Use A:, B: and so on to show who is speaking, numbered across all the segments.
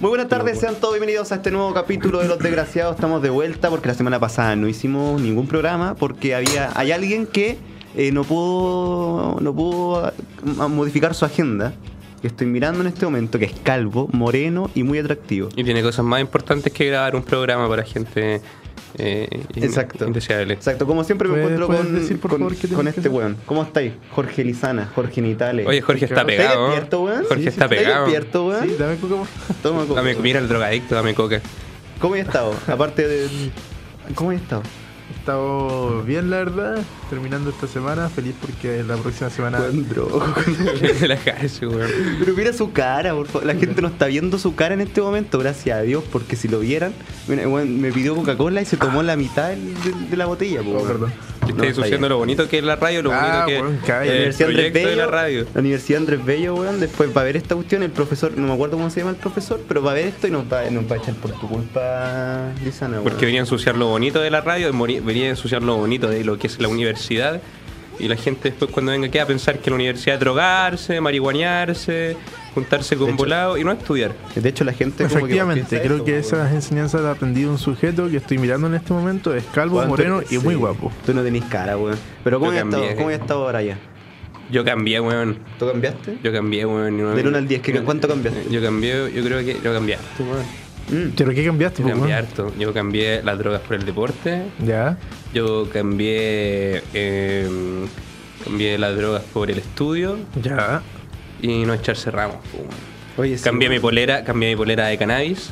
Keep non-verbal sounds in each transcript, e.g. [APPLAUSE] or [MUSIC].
A: Muy buenas tardes, sean todos bienvenidos a este nuevo capítulo de Los Desgraciados. Estamos de vuelta porque la semana pasada no hicimos ningún programa porque había hay alguien que eh, no pudo no pudo ah, modificar su agenda. Que estoy mirando en este momento, que es calvo, moreno y muy atractivo.
B: Y tiene cosas más importantes que grabar un programa para gente eh, in-
A: Exacto.
B: indeseable.
A: Exacto, como siempre me
C: ¿Puedes-
A: encuentro
C: puedes
A: con,
C: decir, por
A: con-
C: favor, qué
A: con
C: tenés que
A: este
C: hacer?
A: weón. ¿Cómo estáis? Jorge Lizana, Jorge Nitales.
B: Oye, Jorge está
A: ¿Estáis
B: pegado.
A: despierto, weón?
B: Jorge
A: Sí, sí,
B: está
A: ¿estáis
B: pegado.
A: despierto, weón?
C: Sí, dame [LAUGHS] coca, por favor.
A: Toma, co-
B: Dame- mira el drogadicto,
A: [LAUGHS]
B: dame coca. [LAUGHS]
A: ¿Cómo he estado? Aparte de... ¿Cómo he estado?
C: He estado bien, la verdad. Terminando esta semana, feliz porque la próxima semana.
A: Buen drogo.
B: De la cabeza, weón.
A: Pero mira su cara, por favor. La gente no está viendo su cara en este momento, gracias a Dios, porque si lo vieran, mira, weón, me pidió Coca-Cola y se tomó la mitad del- de, de la botella. po,
C: Oh,
A: weón.
C: perdón.
A: No,
B: Te Estoy
A: está
B: ensuciando
A: bien.
B: lo bonito que es la radio, lo
C: Ah,
B: bonito que
C: weón,
B: es
A: la
C: caballa.
B: el
A: Universidad Andrés
B: proyecto
A: Bello,
B: de la radio.
A: la Universidad Andrés Bello, weón, después va a ver esta cuestión, el profesor, no me acuerdo cómo se llama el profesor, pero va a ver esto y nos va, nos va a echar por tu culpa, Lizana, weón.
B: Porque venía a ensuciar lo bonito de la radio, mori- venía a ensuciar lo bonito de lo que es la universidad. Y la gente después cuando venga aquí a pensar que la universidad es drogarse, marihuanearse, juntarse
A: De
B: con
A: hecho-
B: volado y no estudiar.
A: De hecho, la gente... como que
C: Efectivamente,
A: piensa
C: creo
A: eso,
C: que
A: weón.
C: esas enseñanzas las ha aprendido un sujeto que estoy mirando en este momento. Es calvo,
A: Weón, tú-
C: moreno y muy
A: sí,
C: guapo.
A: Tú no tenés cara, weón. Pero ¿cómo
B: Yo
A: has estado?
B: cambié.
A: ¿Cómo has estado ahora ya?
B: Yo cambié, weón.
A: ¿Tú cambiaste?
B: Yo cambié, weón. y no-
A: Del uno al diez, ¿qué-
B: yo-
A: cuánto cambiaste?
B: [LAUGHS] Yo cambié, yo creo que yo cambié. harto, weón.
A: Mm.
C: ¿Pero qué cambiaste,
B: Yo
C: pues,
B: cambié
C: weón?
B: harto. Yo cambié las drogas por el deporte.
C: Ya.
B: Yo cambié, eh, cambié las drogas por el estudio
C: Ya.
B: y no echarse ramos. po, weón.
A: Oye, sí,
B: Cambié
A: weón.
B: mi polera, cambié mi polera de cannabis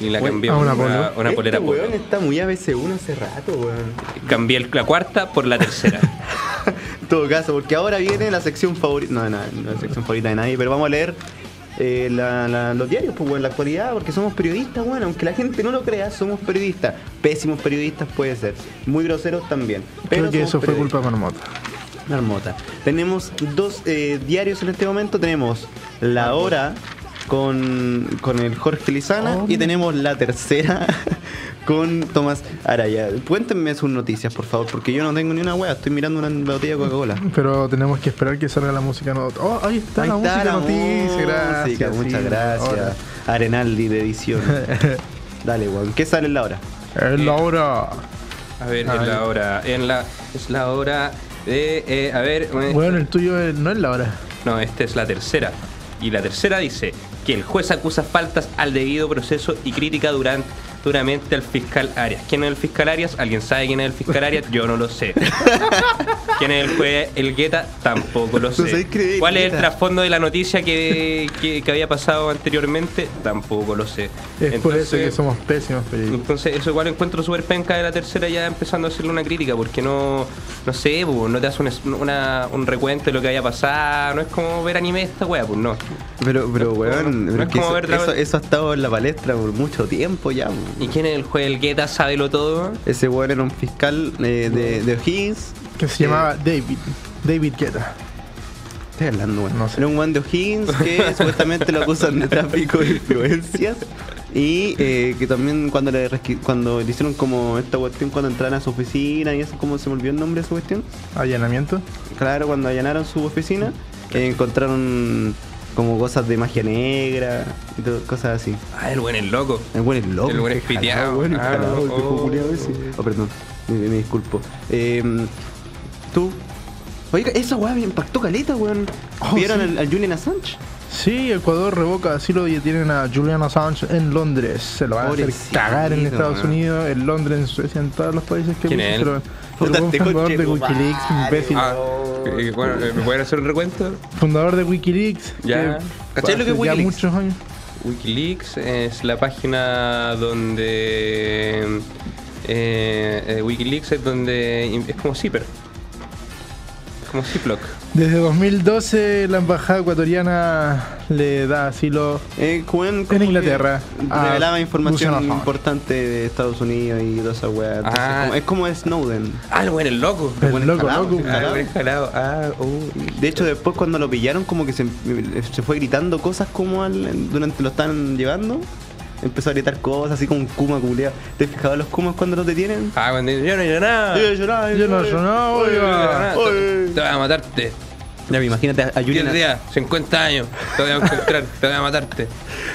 B: y la
A: Bueno,
B: cambié
C: a
B: por
C: una
B: una,
C: polo.
B: una
A: este
B: polera polo.
A: weón está muy ABC1 hace rato, weón.
B: Cambié el- la cuarta por
A: [LAUGHS]
B: la tercera.
A: En todo caso, porque ahora viene la sección favorita. No, no, no es la sección favorita de nadie, pero vamos a leer eh, la- la- los diarios, pues, weón, la actualidad, porque somos periodistas, weón. Aunque la gente no lo crea, somos periodistas. Pésimos periodistas puede ser. Muy groseros también. pero
C: Creo que
A: somos
C: eso fue
A: periodistas.
C: culpa de Marmota.
A: Marmota. Tenemos dos eh, diarios en este momento. Tenemos La Hora con, con el Jorge Lizana
C: Oh,
A: y
C: mira.
A: tenemos la tercera [LAUGHS] con Tomás Araya. Cuéntenme sus noticias, por favor, porque yo no tengo ni una wea. Estoy mirando una botella de Coca-Cola.
C: Pero tenemos que esperar que salga la música no- Oh, ahí está
A: Ahí
C: la música noticia,
A: música,
C: gracias.
A: Muchas
C: sí,
A: gracias.
C: ahora.
A: Arenaldi de edición. [LAUGHS] Dale, weón. ¿Qué sale en la hora?
C: Es la hora.
B: A ver,
C: Ah,
B: es
C: ya.
B: la hora, en la, es la hora de, eh, a ver, eh,
C: Bueno, el tuyo es- no es la hora.
B: no, esta es la tercera. Y la tercera dice que el juez acusa faltas al debido proceso y critica durante, duramente al fiscal Arias. ¿Quién es el fiscal Arias? ¿Alguien sabe quién es el fiscal Arias? Yo no lo
C: [LAUGHS]
B: sé. ¿Quién es el juez El Guetta? Tampoco lo
A: No sé
B: sé.
A: escribir,
B: ¿Cuál es el
A: Guetta.
B: trasfondo de la noticia que, que- que había pasado anteriormente? Tampoco lo sé.
C: Es por eso
B: Entonces-
C: que somos pésimos periodistas.
B: entonces, eso igual encuentro súper penca de la tercera ya empezando a hacerle una crítica, porque no, no sé, po, no te hace un, es- una- un recuento de lo que haya pasado, no es como ver anime esta wea, pues no.
A: Pero, pero, weón,
B: no
A: pero
B: es
A: que
B: como
A: eso,
B: ver Dragon-
A: eso- eso ha estado en la palestra por mucho tiempo ya. weón.
B: ¿Y quién es el juez del Guetta? ¿Sábelo todo?
A: Ese weón era un fiscal eh, de, de O'Higgins.
C: Que se llamaba David. David Guetta.
A: Estoy hablando, weón.
C: No sé.
A: Era un weón de O'Higgins
C: [LAUGHS]
A: que supuestamente lo acusan de tráfico de influencias. Y eh, que también cuando le, resqui- cuando le hicieron como esta cuestión, cuando entraron a su oficina y eso, ¿cómo se volvió el nombre de su cuestión?
C: Allanamiento.
A: Claro, cuando allanaron su oficina, eh, encontraron como cosas de magia negra y todo- cosas así.
B: Ah, el buen es loco.
A: El buen es loco.
B: El buen es
A: jalado,
B: piteado.
A: weón,
B: Ah,
A: jalado, el viejo
B: oh.
A: culiao ese. Oh, perdón, me, me disculpo. Eh, Tú. Oiga, esa weá me impactó caleta, weón.
C: Oh,
A: ¿Vieron
C: sí.
A: al, al Julian Assange?
C: Sí, Ecuador revoca asilo y tienen a Julian Assange en Londres. Se lo van a hacer
A: Pobrecito,
C: cagar en Estados
A: weón.
C: Unidos, en Londres, en Suecia, en todos los países que
B: ¿Quién
C: puso,
B: es
C: se
B: él?
C: lo- se lo
A: Puta,
C: fue un
A: este
C: fundador de
A: conchetumare,
C: Wikileaks, imbécil.
B: Ah, eh, bueno, eh, ¿me pueden hacer un recuento?
C: Fundador de Wikileaks.
B: Ya.
C: Que
A: ¿Cachai lo que
C: hace
A: es
C: Ya
A: Wikileaks?
C: muchos años.
B: Wikileaks es la página donde. eh, eh, Wikileaks es donde. Es como Zipper. Es como Ziploc.
C: Desde 2012 la embajada ecuatoriana le da asilo
A: Eh, weón,
C: en
A: como
C: Inglaterra.
A: que
C: a
A: Revelaba información
C: Julian Assange.
A: importante de Estados Unidos y toda esa weá. Entonces,
B: Ah.
A: como- Es como Snowden.
B: Ah, el buen es loco.
C: El
A: buen
C: loco,
A: jalado,
C: loco.
A: sí,
B: Ah,
A: jalado.
B: el buen jalado. Ah, oh.
A: De hecho, después cuando lo pillaron, como que se, se fue gritando cosas como al, durante lo estaban llevando. empezó a gritar cosas así como un kuma culeado. ¿Te has fijado en los kumas cuando los detienen?
B: Ah, cuando dicen, yo no he hecho nada.
A: Yo no he hecho nada,
C: Yo no he
A: oye,
C: hecho nada,
A: oye,
B: Yo no he hecho
C: oiga.
B: nada.
A: oye.
B: Te voy a matarte.
A: Ya, pero imagínate a
B: Julian
A: Julian,
B: día, 50 años. Te voy a encontrar, te voy a matarte.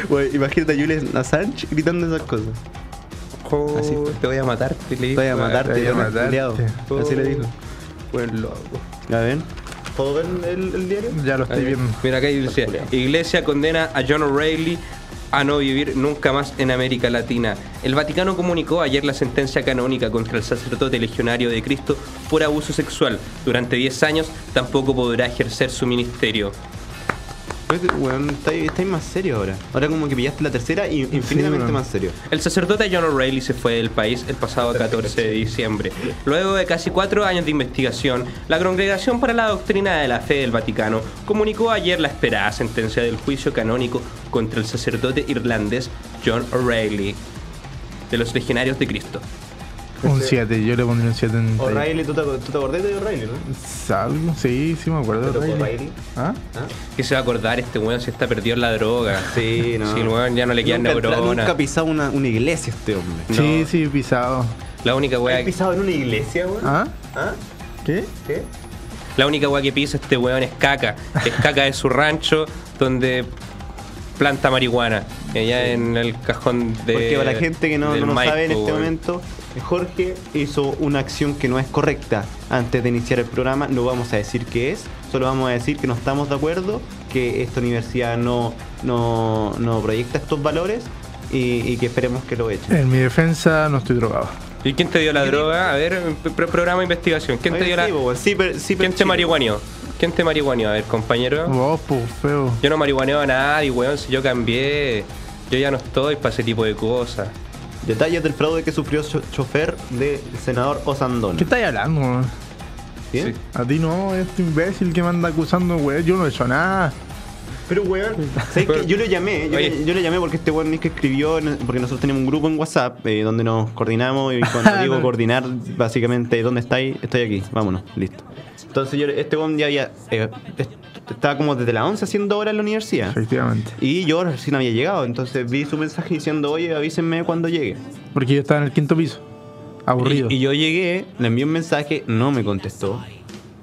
A: Oye, imagínate a Julian Assange gritando esas cosas.
B: Así
A: fue.
B: te voy a matarte. Le
A: Oh. Te voy a
B: dijo,
A: matarte,
C: voy a
A: yo
C: matarte.
A: Así le dijo.
B: Buen loco.
A: A ver. ¿Puedo ver el, el diario?
C: Ya lo estoy
B: Ahí,
C: viendo.
B: Mira acá dice,
A: Culeado.
B: Iglesia condena a John O'Reilly a no vivir nunca más en América Latina. El Vaticano comunicó ayer la sentencia canónica contra el sacerdote legionario de Cristo por abuso sexual. Durante 10 años tampoco podrá ejercer su ministerio.
A: Vete, Pues, Weón, estáis estáis más serio ahora. Ahora como que pillaste la tercera y infinitamente
C: weón.
A: más serio.
B: El sacerdote John O'Reilly se fue del país el pasado 14 de diciembre. Luego de casi cuatro años de investigación, la Congregación para la Doctrina de la Fe del Vaticano comunicó ayer la esperada sentencia del juicio canónico contra el sacerdote irlandés John O'Reilly de los legionarios de Cristo.
C: Un 7, yo le pondría un 7 en.
A: O'Reilly, ¿tú te, tú te acordás de O'Reilly, no?
C: ¿Algo? Sí, sí me acuerdo.
A: Pero
C: de
A: por
C: Riley.
A: Riley.
C: ¿Ah?
B: ¿Qué se va a acordar este weón si está perdido en la droga?
A: Sí, no.
B: Si el weón ya no le quedan
A: nunca, entra-
B: neuronas.
A: Nunca ha pisado una, una iglesia este hombre.
B: No.
C: Sí, sí, pisado.
B: La única weá que,
A: pisado en una iglesia, weón?
C: ¿Ah?
A: ¿Ah?
C: ¿Qué?
A: ¿Qué?
B: la única weá que pisa este weón es caca. Es caca de su rancho donde planta marihuana. Allá en el cajón de.
A: Porque para la gente que no,
B: del
A: no lo sabe en
B: Maipo,
A: este
B: weón.
A: momento, Jorge hizo una acción que no es correcta antes de iniciar el programa. No vamos a decir qué es, solo vamos a decir que no estamos de acuerdo, que esta universidad no, no, no proyecta estos valores y, y que esperemos que lo
B: Eh,
A: echen.
C: En mi defensa no estoy drogado.
B: ¿Y quién te dio la droga? A ver, pro- programa de investigación. ¿Quién te
A: Oye,
B: dio la.?
A: sí, po, sí, pero- sí, pero
B: ¿Quién te
A: chico.
B: marihuaneó? ¿Quién te marihuaneó? A ver, compañero.
C: Vos, pues, feo.
B: Yo no marihuaneo a nadie, weón. Si yo cambié, yo ya no estoy para ese tipo de cosas.
A: Detalles del fraude que sufrió cho- chofer del senador Osandón.
C: ¿Qué estáis hablando, weón?
A: ¿Bien?
B: Sí.
C: A ti no, este imbécil que me anda acusando, weón. Yo no he hecho nada.
A: Pero weón, ¿sabes
B: Pero-
A: qué? Yo lo llamé, yo,
B: Oye.
A: yo lo llamé porque este weón es que escribió, en- porque nosotros tenemos un grupo en WhatsApp eh, donde nos coordinamos y cuando digo coordinar, básicamente, ¿dónde estáis? Estoy aquí, vámonos, listo. Entonces yo, este weón ya había, eh, est- estaba como desde las 11 haciendo horas en la universidad.
C: Efectivamente.
A: Y yo recién había llegado, entonces vi su mensaje diciendo, oye, avísenme cuando llegue.
C: Porque yo estaba en el quinto piso. Aburrido.
A: Y, y yo llegué, le envié un mensaje, no me contestó.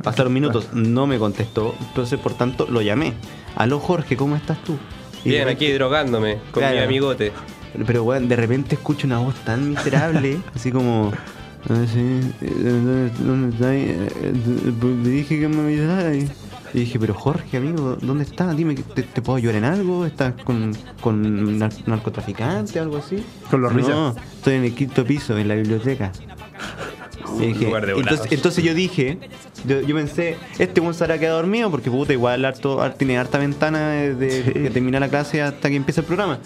A: Pasaron minutos, no me contestó. Entonces, por tanto, lo llamé. Aló, Jorge, ¿cómo estás tú? Y
B: Bien,
A: de
B: aquí drogándome con
A: Claro.
B: mi amigote.
A: repente- Pero, weón, de repente escucho una voz tan
C: [LAUGHS]
A: miserable, así como. "Ah, sí, eh, ¿Dónde, dónde está ahí? Eh, eh, pues, Le dije que me avisara y- Y dije, pero Jorge, amigo, ¿dónde estás? Dime, ¿te, te puedo ayudar en algo? ¿Estás con, con nar- narcotraficante o algo así?
C: Con los
A: No,
C: risas.
A: estoy en el quinto piso, en la biblioteca. Y dije,
B: lugar de volados.
A: entonces, entonces yo dije, yo, yo pensé, este buen se habrá quedado dormido porque puta, igual harto, har- tiene harta ventana desde
C: Sí.
A: que termina la clase hasta que empieza el programa.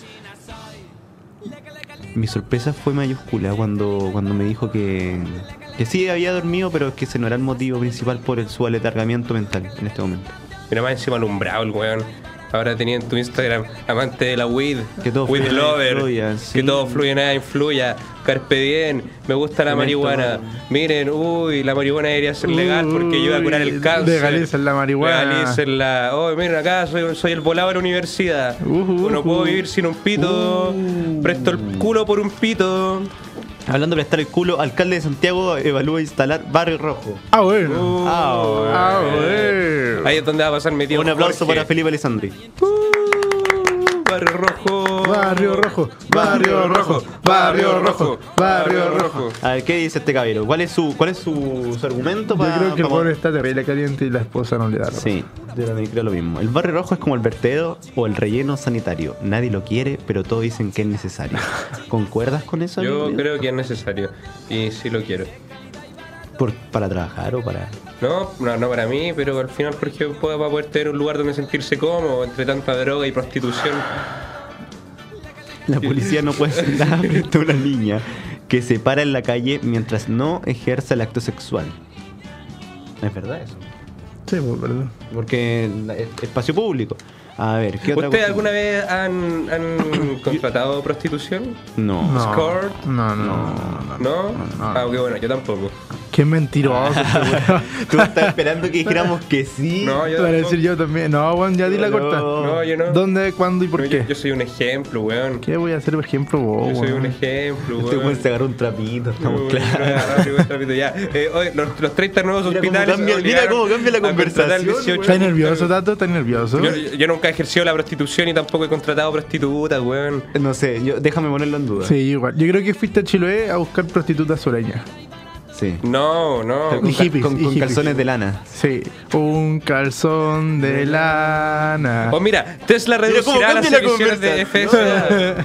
A: Mi sorpresa fue mayúscula cuando, cuando me dijo que, que sí había dormido, pero que ese no era el motivo principal por el, su aletargamiento mental en este momento.
B: Mira más encima alumbrado el weón. Ahora tenía en tu Instagram amante de la weed,
A: Que todo
B: weed
A: fluya,
B: lover,
A: influya, sí.
B: que todo fluye, nada influya, carpe diem, me gusta la
A: Momento
B: marihuana.
A: malo.
B: Miren, uy, la marihuana debería ser legal porque ayuda a curar el
C: Uy,
B: cáncer.
C: legalicen la marihuana.
B: Legalicen Oh, miren acá, soy, soy el volado de la universidad.
C: Ujú,
B: no puedo
C: ujú.
B: vivir sin un pito.
A: Uh.
B: Presto el culo por un pito.
A: Hablando de prestar el culo, alcalde de Santiago evalúa instalar Barrio Rojo.
C: Ah, bueno.
B: Uh.
A: Ah, bueno.
C: Ah, bueno.
B: Ahí es donde va a pasar mi tío
A: Un aplauso
B: Jorge.
A: para Felipe Alessandri.
B: Uh, Barrio rojo.
C: Barrio rojo, barrio rojo, barrio rojo, barrio rojo.
A: A ver, ¿qué dice este caballero? ¿Cuál es su, cuál es su, su argumento
C: Yo
A: para.?
C: creo que el
A: para-
C: pobre está terrible caliente y la esposa no le da.
A: Sí, yo también creo lo mismo. El barrio rojo es como el vertedero o el relleno sanitario. Nadie lo quiere, pero todos dicen que es
B: [LAUGHS]
A: necesario. ¿Concuerdas con eso?
B: Yo
A: amigo?
B: creo que es necesario y sí lo quiero.
A: Por- ¿Para trabajar o para.?
B: No, no, no para mí, pero al final porque pueda para poder tener un lugar donde sentirse cómodo entre tanta droga y prostitución.
A: La policía no puede hacer nada frente a una niña que se para en la calle mientras no ejerce el acto sexual. Es verdad eso.
C: Sí, pues, perdón.
A: Porque la- es espacio público. A ver, ¿qué otra
B: ¿Ustedes
A: cuestión?
B: alguna vez han,
C: [CLEARS THROAT]
B: han contratado prostitución?
A: No.
B: Score.
C: No, no, no. no, no.
B: ¿No? Ah, qué bueno, yo tampoco.
C: Qué [LAUGHS] mentiroso. este weón.
A: [LAUGHS] Tú estás esperando
B: [LAUGHS]
A: que dijéramos que sí.
B: No, yo
C: Para
B: tampoco.
C: decir yo también. No, weón, ya di la
A: No.
C: corta.
B: No, yo no.
C: ¿Dónde, cuándo y por
B: No, yo-
C: qué?
B: Yo, soy un ejemplo, weón.
C: ¿Qué voy a hacer, por ejemplo, vos,
B: Yo soy un
C: weón?
B: ejemplo,
A: Este weón
B: weón.
A: se agarró un trapito, estamos claros.
B: Claro. Ya. Eh, oye, los, los 30 nuevos
A: Mira cómo
B: hospitales.
A: cambia- mira
B: obligaron
A: cómo cambia la
B: a contratar
A: conversación,
B: 18
C: ¿Estás nervioso, Tato? ¿Estás nervioso?
B: Yo, yo nunca he ejercido la prostitución y tampoco he contratado prostitutas, weón.
A: No sé, yo, déjame ponerlo en duda.
C: Sí, igual. Yo creo que fuiste a Chiloé a buscar prostitutas sureñas.
A: Sí.
B: No, no.
A: Con,
C: Oh, Y hippies,
A: con- con
C: y hippies.
A: calzones de lana.
C: Sí. Un calzón de lana.
B: Oh, mira, Tesla
A: Mira cómo
B: reducirá las
A: cambia la
B: emisiones de
A: conversa.
B: FS.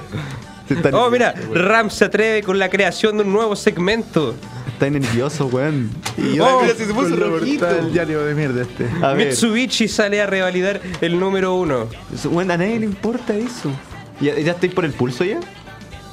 A: Se Está
B: Oh, mira,
A: nervioso, weón.
B: Ram se atreve con la creación de un nuevo segmento.
A: Está nervioso, weón. Y yo,
B: Oh,
A: Ah, mira, si se puso
C: Con la
A: rojito.
C: portada del diario de mierda este.
A: A ver,
B: Mitsubishi sale a revalidar el número uno.
A: weón, a nadie le importa eso. ¿Ya, ya estáis por el pulso ya?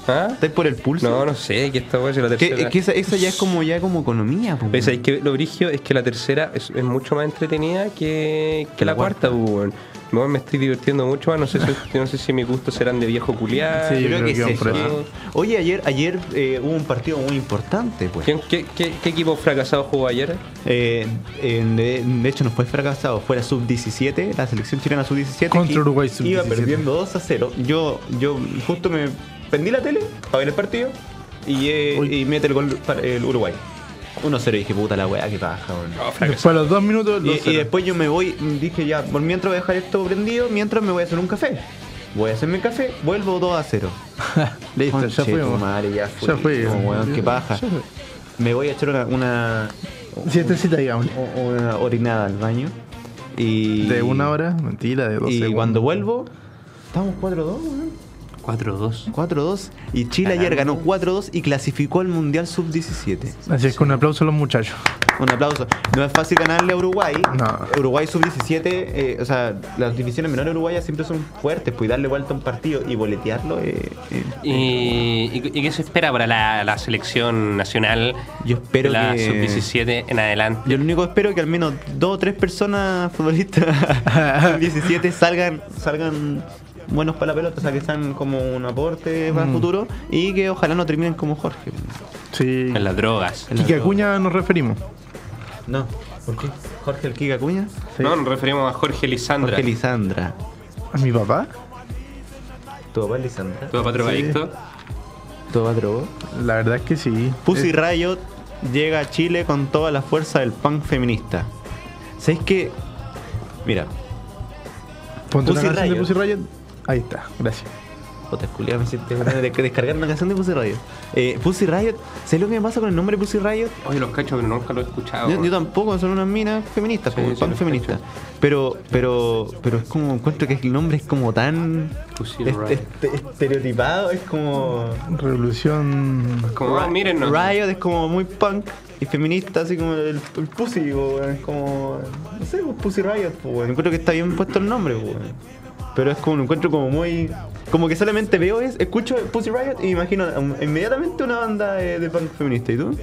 B: ¿Ah?
A: ¿Estáis por el pulso?
B: No, no sé, que esta weón es la
A: Que,
B: tercera.
A: es que esa, esa ya es como ya como economía, po,
B: Pero
A: weón.
B: sabéis que lo brigio es que la tercera es, es mucho más entretenida que, que la, cuarta, pues, weón. No, me estoy divirtiendo mucho más, no sé,
A: [LAUGHS]
B: si- no sé si mis gustos serán de viejo culiar.
C: Sí, yo creo que
A: es
C: van por
A: eso. Oye, ayer, ayer eh, hubo un partido muy importante, pues.
B: ¿Quién- qué, qué- qué equipo fracasado jugó ayer?
A: Eh, en- de, de hecho, no fue fracasado, fue la sub-17, la selección chilena sub-17.
C: Contra
A: que
C: Uruguay
A: Iba
C: sub-17.
A: perdiendo 2 a 0. Yo, yo justo me prendí la tele para ver el partido y, eh,
C: Uy.
A: y mete el gol para el Uruguay. 1 a 0 y dije, puta la weá, que paja, weón.
C: Después a los dos minutos.
A: Y-
C: dos
A: Y,
C: cero.
A: después yo me voy, dije ya, por mientras voy a dejar esto prendido, mientras me voy a hacer un café. Voy a hacerme el café, vuelvo 2 a
C: [LAUGHS]
A: 0.
C: Listo, ya
A: Conche tu
C: fuimos.
A: madre, ya fui.
C: Ya fue.
A: No, weón, qué paja.
C: Ya fue.
A: Me voy a echar una, una,
C: Sietecita, digamos.
A: o- una orinada al baño. Y,
C: De una hora, mentira, de dos
A: Y
C: segundos.
A: cuando vuelvo, estamos 4-2, weón.
B: 4-2.
A: 4-2. Y Chile ayer ganó 4-2 y clasificó al Mundial Sub-17.
C: Así es, con un aplauso a los muchachos.
A: Un aplauso. No es fácil ganarle a Uruguay.
C: No.
A: Uruguay sub-17, eh, o sea, las divisiones menores uruguayas siempre son fuertes, pues y darle vuelta a un partido y boletearlo. eh, eh.
B: ¿Y, y, y qué se espera para la, la selección nacional?
A: Yo espero
B: de la
A: que-
B: sub-17 en adelante.
A: Yo lo único que espero es que al menos dos o tres personas futbolistas [LAUGHS] sub-17 salgan, salgan buenos para la pelota, o sea, que sean como un aporte para el futuro y que ojalá no terminen como Jorge.
C: Sí.
B: En las drogas.
C: Y que Acuña nos referimos.
A: No, ¿por qué? Jorge el Kika Cuña.
C: Sí.
B: No, nos referimos a Jorge Lisandra.
A: Jorge Lisandra.
C: ¿A mi papá?
A: ¿Tu papá es Lisandra?
B: ¿Tu papá drogadicto?
A: ¿Tu papá drogó?
C: La verdad es que sí.
A: Pussy
C: Eh,
A: Riot llega a Chile con toda la fuerza del punk feminista. ¿Sabéis que? Mira,
C: Ponte una
A: Pussy
C: canción de
A: Riot.
C: Pussy Riot. Ahí está, gracias.
A: puta culiao, me hiciste ganas de descargar una canción de Pussy Riot. Eh, Pussy Riot, ¿sabéis lo que me pasa con el nombre Pussy Riot?
B: Oye, los cachos, pero nunca lo he escuchado.
A: Yo, yo tampoco, son unas minas feministas,
B: Ah, Sí,
A: como el
B: sí,
A: punk
B: los
A: feminista. Pero, pero, pero es como, encuentro que el nombre es como tan
B: Pussy
A: est-
B: Riot.
A: est- estereotipado, es como...
C: Revolución.
B: Como, ah, miren, no.
A: Riot es como muy punk y feminista, así como el, el pussy, po, weón, es como. No sé, pues pussy Riot, po, weón. Encuentro que está bien puesto el nombre, po, weón. Pero es como lo encuentro como muy. Como que solamente veo es, escucho Pussy Riot y me imagino um, inmediatamente una banda de, de punk feminista. ¿Y tú?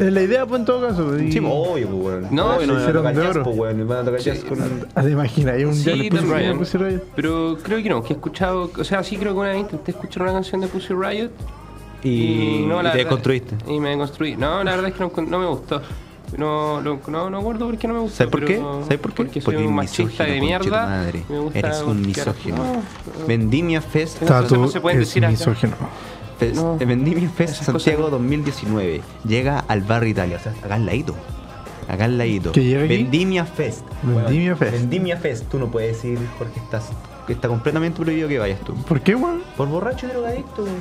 C: Es la idea, pues en todo caso. y-
A: Sí, po, obvio, po, weón.
B: No,
A: Obvio,
B: se
A: van a
C: hicieron
A: tocar
C: de
A: jazz,
C: oro.
A: po, weón, van a tocar jazz con-
B: mm,
C: Ah, ¿Te imaginas? Hay un
B: Sí,
C: día de Pussy
B: también.
C: Riot, Pussy Riot.
B: Pero creo que no, que he escuchado, o sea, sí creo que una vez intenté escuchar una canción de Pussy Riot
A: Y,
B: no, la
A: te
B: verdad-
A: construiste.
B: Y me construí. No, la verdad es que no, no me gustó. No, no, no, no acuerdo por qué no me gustó.
A: ¿Sabes por qué?
B: pero-
A: ¿Sabes por qué?
B: Porque soy un machista de
A: misógino, conche tu
B: mierda.
A: madre.
B: Me gusta
A: Eres un
B: buscar-
A: misógino.
B: No,
A: Vendimia Fest.
B: Esas cosas no se pueden
C: es
B: decir acá.
C: misógino.
A: Fest-
B: No.
A: eh, Vendimia Fest
B: Esas cosas
A: Santiago
B: no.
A: 2019 llega al barrio Italia, o sea, acá al ladito. Acá al ladito.
C: ¿Que llega aquí?
A: Vendimia Fest.
C: Vendimia
A: Bueno,
C: Fest.
A: Vendimia Fest, tú no puedes ir, Jorge, estás que está completamente prohibido que vayas tú.
C: ¿Por qué, weón?
A: Por borracho y drogadicto. güey.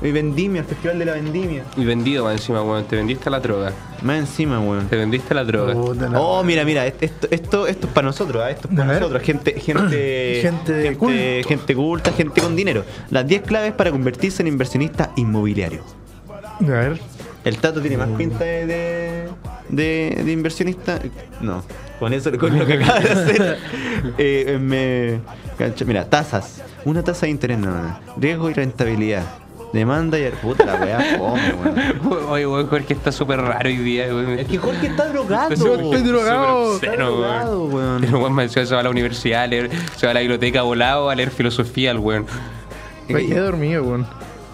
A: Y Vendimia, el festival de la Vendimia.
B: Y vendido más encima, weón. Te vendiste a la droga.
A: Más encima, weón.
B: Te vendiste a la droga.
C: Puta la-
A: Oh, mira, mira, est- esto, esto, esto es para nosotros, ¿ah? esto es
C: A
A: para
C: ver.
A: nosotros, gente, gente,
C: [CLEARS THROAT] Gente de
A: gente, gente culta, gente con dinero. Las 10 claves para convertirse en inversionista inmobiliario.
C: A ver.
A: El Tato tiene más pinta de, de, de- de inversionista. No, con eso, con lo que acaba de hacer. [LAUGHS] eh, eh, me, cacho- mira, tasas. Una tasa de interés, no, no. Riesgo y rentabilidad. Demanda y. Puta la weá, fome, weón.
B: [LAUGHS] Oye, weón, Jorge está súper raro hoy día, weón.
A: Es que Jorge está drogado.
B: Estoy súper-
C: estoy drogado.
B: súper
A: Está
B: obsceno,
A: drogado, weón.
B: [LAUGHS] weón. El weón me decía, se va a la universidad, a leer- se va a la biblioteca volado a leer filosofía, el weón.
A: Eh,
C: Me quedé dormido, weón.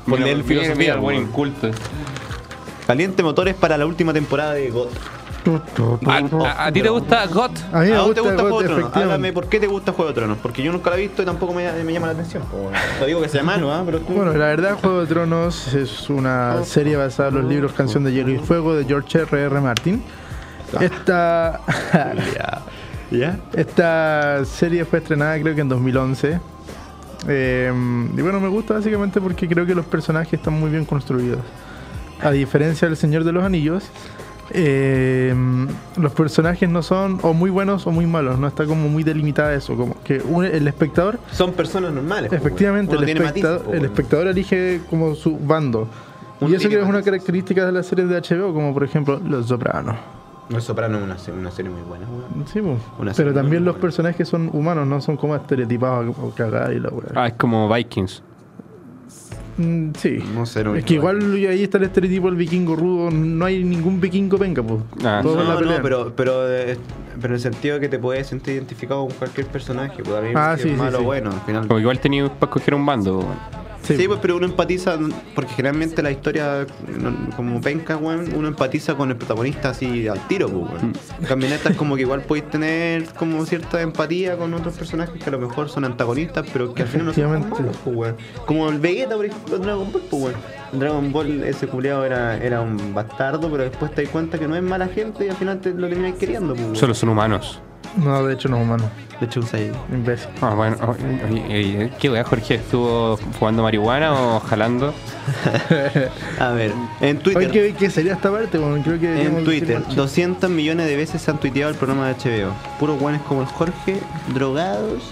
A: Por
B: Mira,
A: leer
B: mira, mira,
A: filosofía,
B: el
A: weón.
B: weón inculto.
A: Caliente motores para la última temporada de GOT.
B: ¿A, a- a ti te gusta GOT?
C: A mí me
A: Ah, ¿A vos
C: gusta,
A: te gusta
C: God,
A: Juego de Tronos?
C: efectivamente.
A: Háblame, ¿por qué te gusta Juego de Tronos? Porque yo nunca la he visto y tampoco me, me llama la atención. po, weón. Lo digo que sea malo, ¿ah? Pero tú...
C: Bueno, la verdad, Juego de Tronos es una serie basada en los libros Canción de Hielo y Fuego de George R.R. Martin.
A: Ah.
C: Esta, [LAUGHS]
A: ¿Ya?
C: esta serie fue estrenada creo que en 2011. Eh, y bueno, me gusta básicamente porque creo que los personajes están muy bien construidos. A diferencia del Señor de los Anillos, eh, los personajes no son o muy buenos o muy malos, no está como muy delimitada eso, como que un- el espectador
A: Son personas normales. po, weón.
C: Efectivamente,
A: Uno
C: el
A: tiene
C: espectador,
A: matices, po,
C: el
A: weón.
C: espectador elige como su bando.
A: Uno
C: y eso
A: tiene
C: creo que es una
A: matices.
C: característica de las series de HBO, como por ejemplo Los Sopranos.
A: Los Sopranos es una, se- una serie muy buena, weón.
C: Sí, po.
A: Una serie
C: pero también
A: muy
C: los
A: buena.
C: personajes son humanos, no son como estereotipados o cagadas y la weá.
B: Ah, es como Vikings.
C: Mm, sí.
A: No sé, no he
C: es
A: visto
C: que igual ahí está el estereotipo del vikingo rudo, no hay ningún vikingo penca, pues.
B: Ah,
A: No,
C: Todo en la
A: no,
C: pelea.
A: pero, pero, eh, pero en el sentido de que te puedes sentir identificado con cualquier personaje, pues a mí
C: Ah,
A: si
C: sí,
A: es
C: sí,
A: malo o
C: sí.
A: bueno, al final.
B: Como igual tenías para escoger un bando. weón.
A: Sí,
C: Sí, po.
A: pues, pero uno empatiza, porque generalmente la historia, no- como penca, weón, uno empatiza con el protagonista así al tiro, pues, weón.
C: Mm.
A: En cambio, en esta es como que igual podéis tener como cierta empatía con otros personajes que a lo mejor son antagonistas, pero que al final no son tan
C: Efectivamente.
A: malos, pues, weón. Como el Vegeta, por ejemplo, en Dragon Ball, pues, weón. En Dragon Ball ese culiado era, era un bastardo, pero después te das cuenta que no es mala gente y al final te lo terminas queriendo, pues, weón.
B: Solo son humanos.
A: pues.
C: No, de hecho no es humano,
A: De hecho, un Saiyan.
C: imbécil.
B: Ah, bueno, o- oye, oye, ¿qué weá, Jorge? ¿Estuvo jugando marihuana o jalando?
A: A ver, en Twitter.
C: Oye, ¿qué, qué sería esta parte? Bueno, creo que deberíamos
A: En
C: decir
A: Twitter,
C: más chicos.
A: 200 millones de veces se han tuiteado el programa de HBO. Puros guanes como el Jorge, drogados.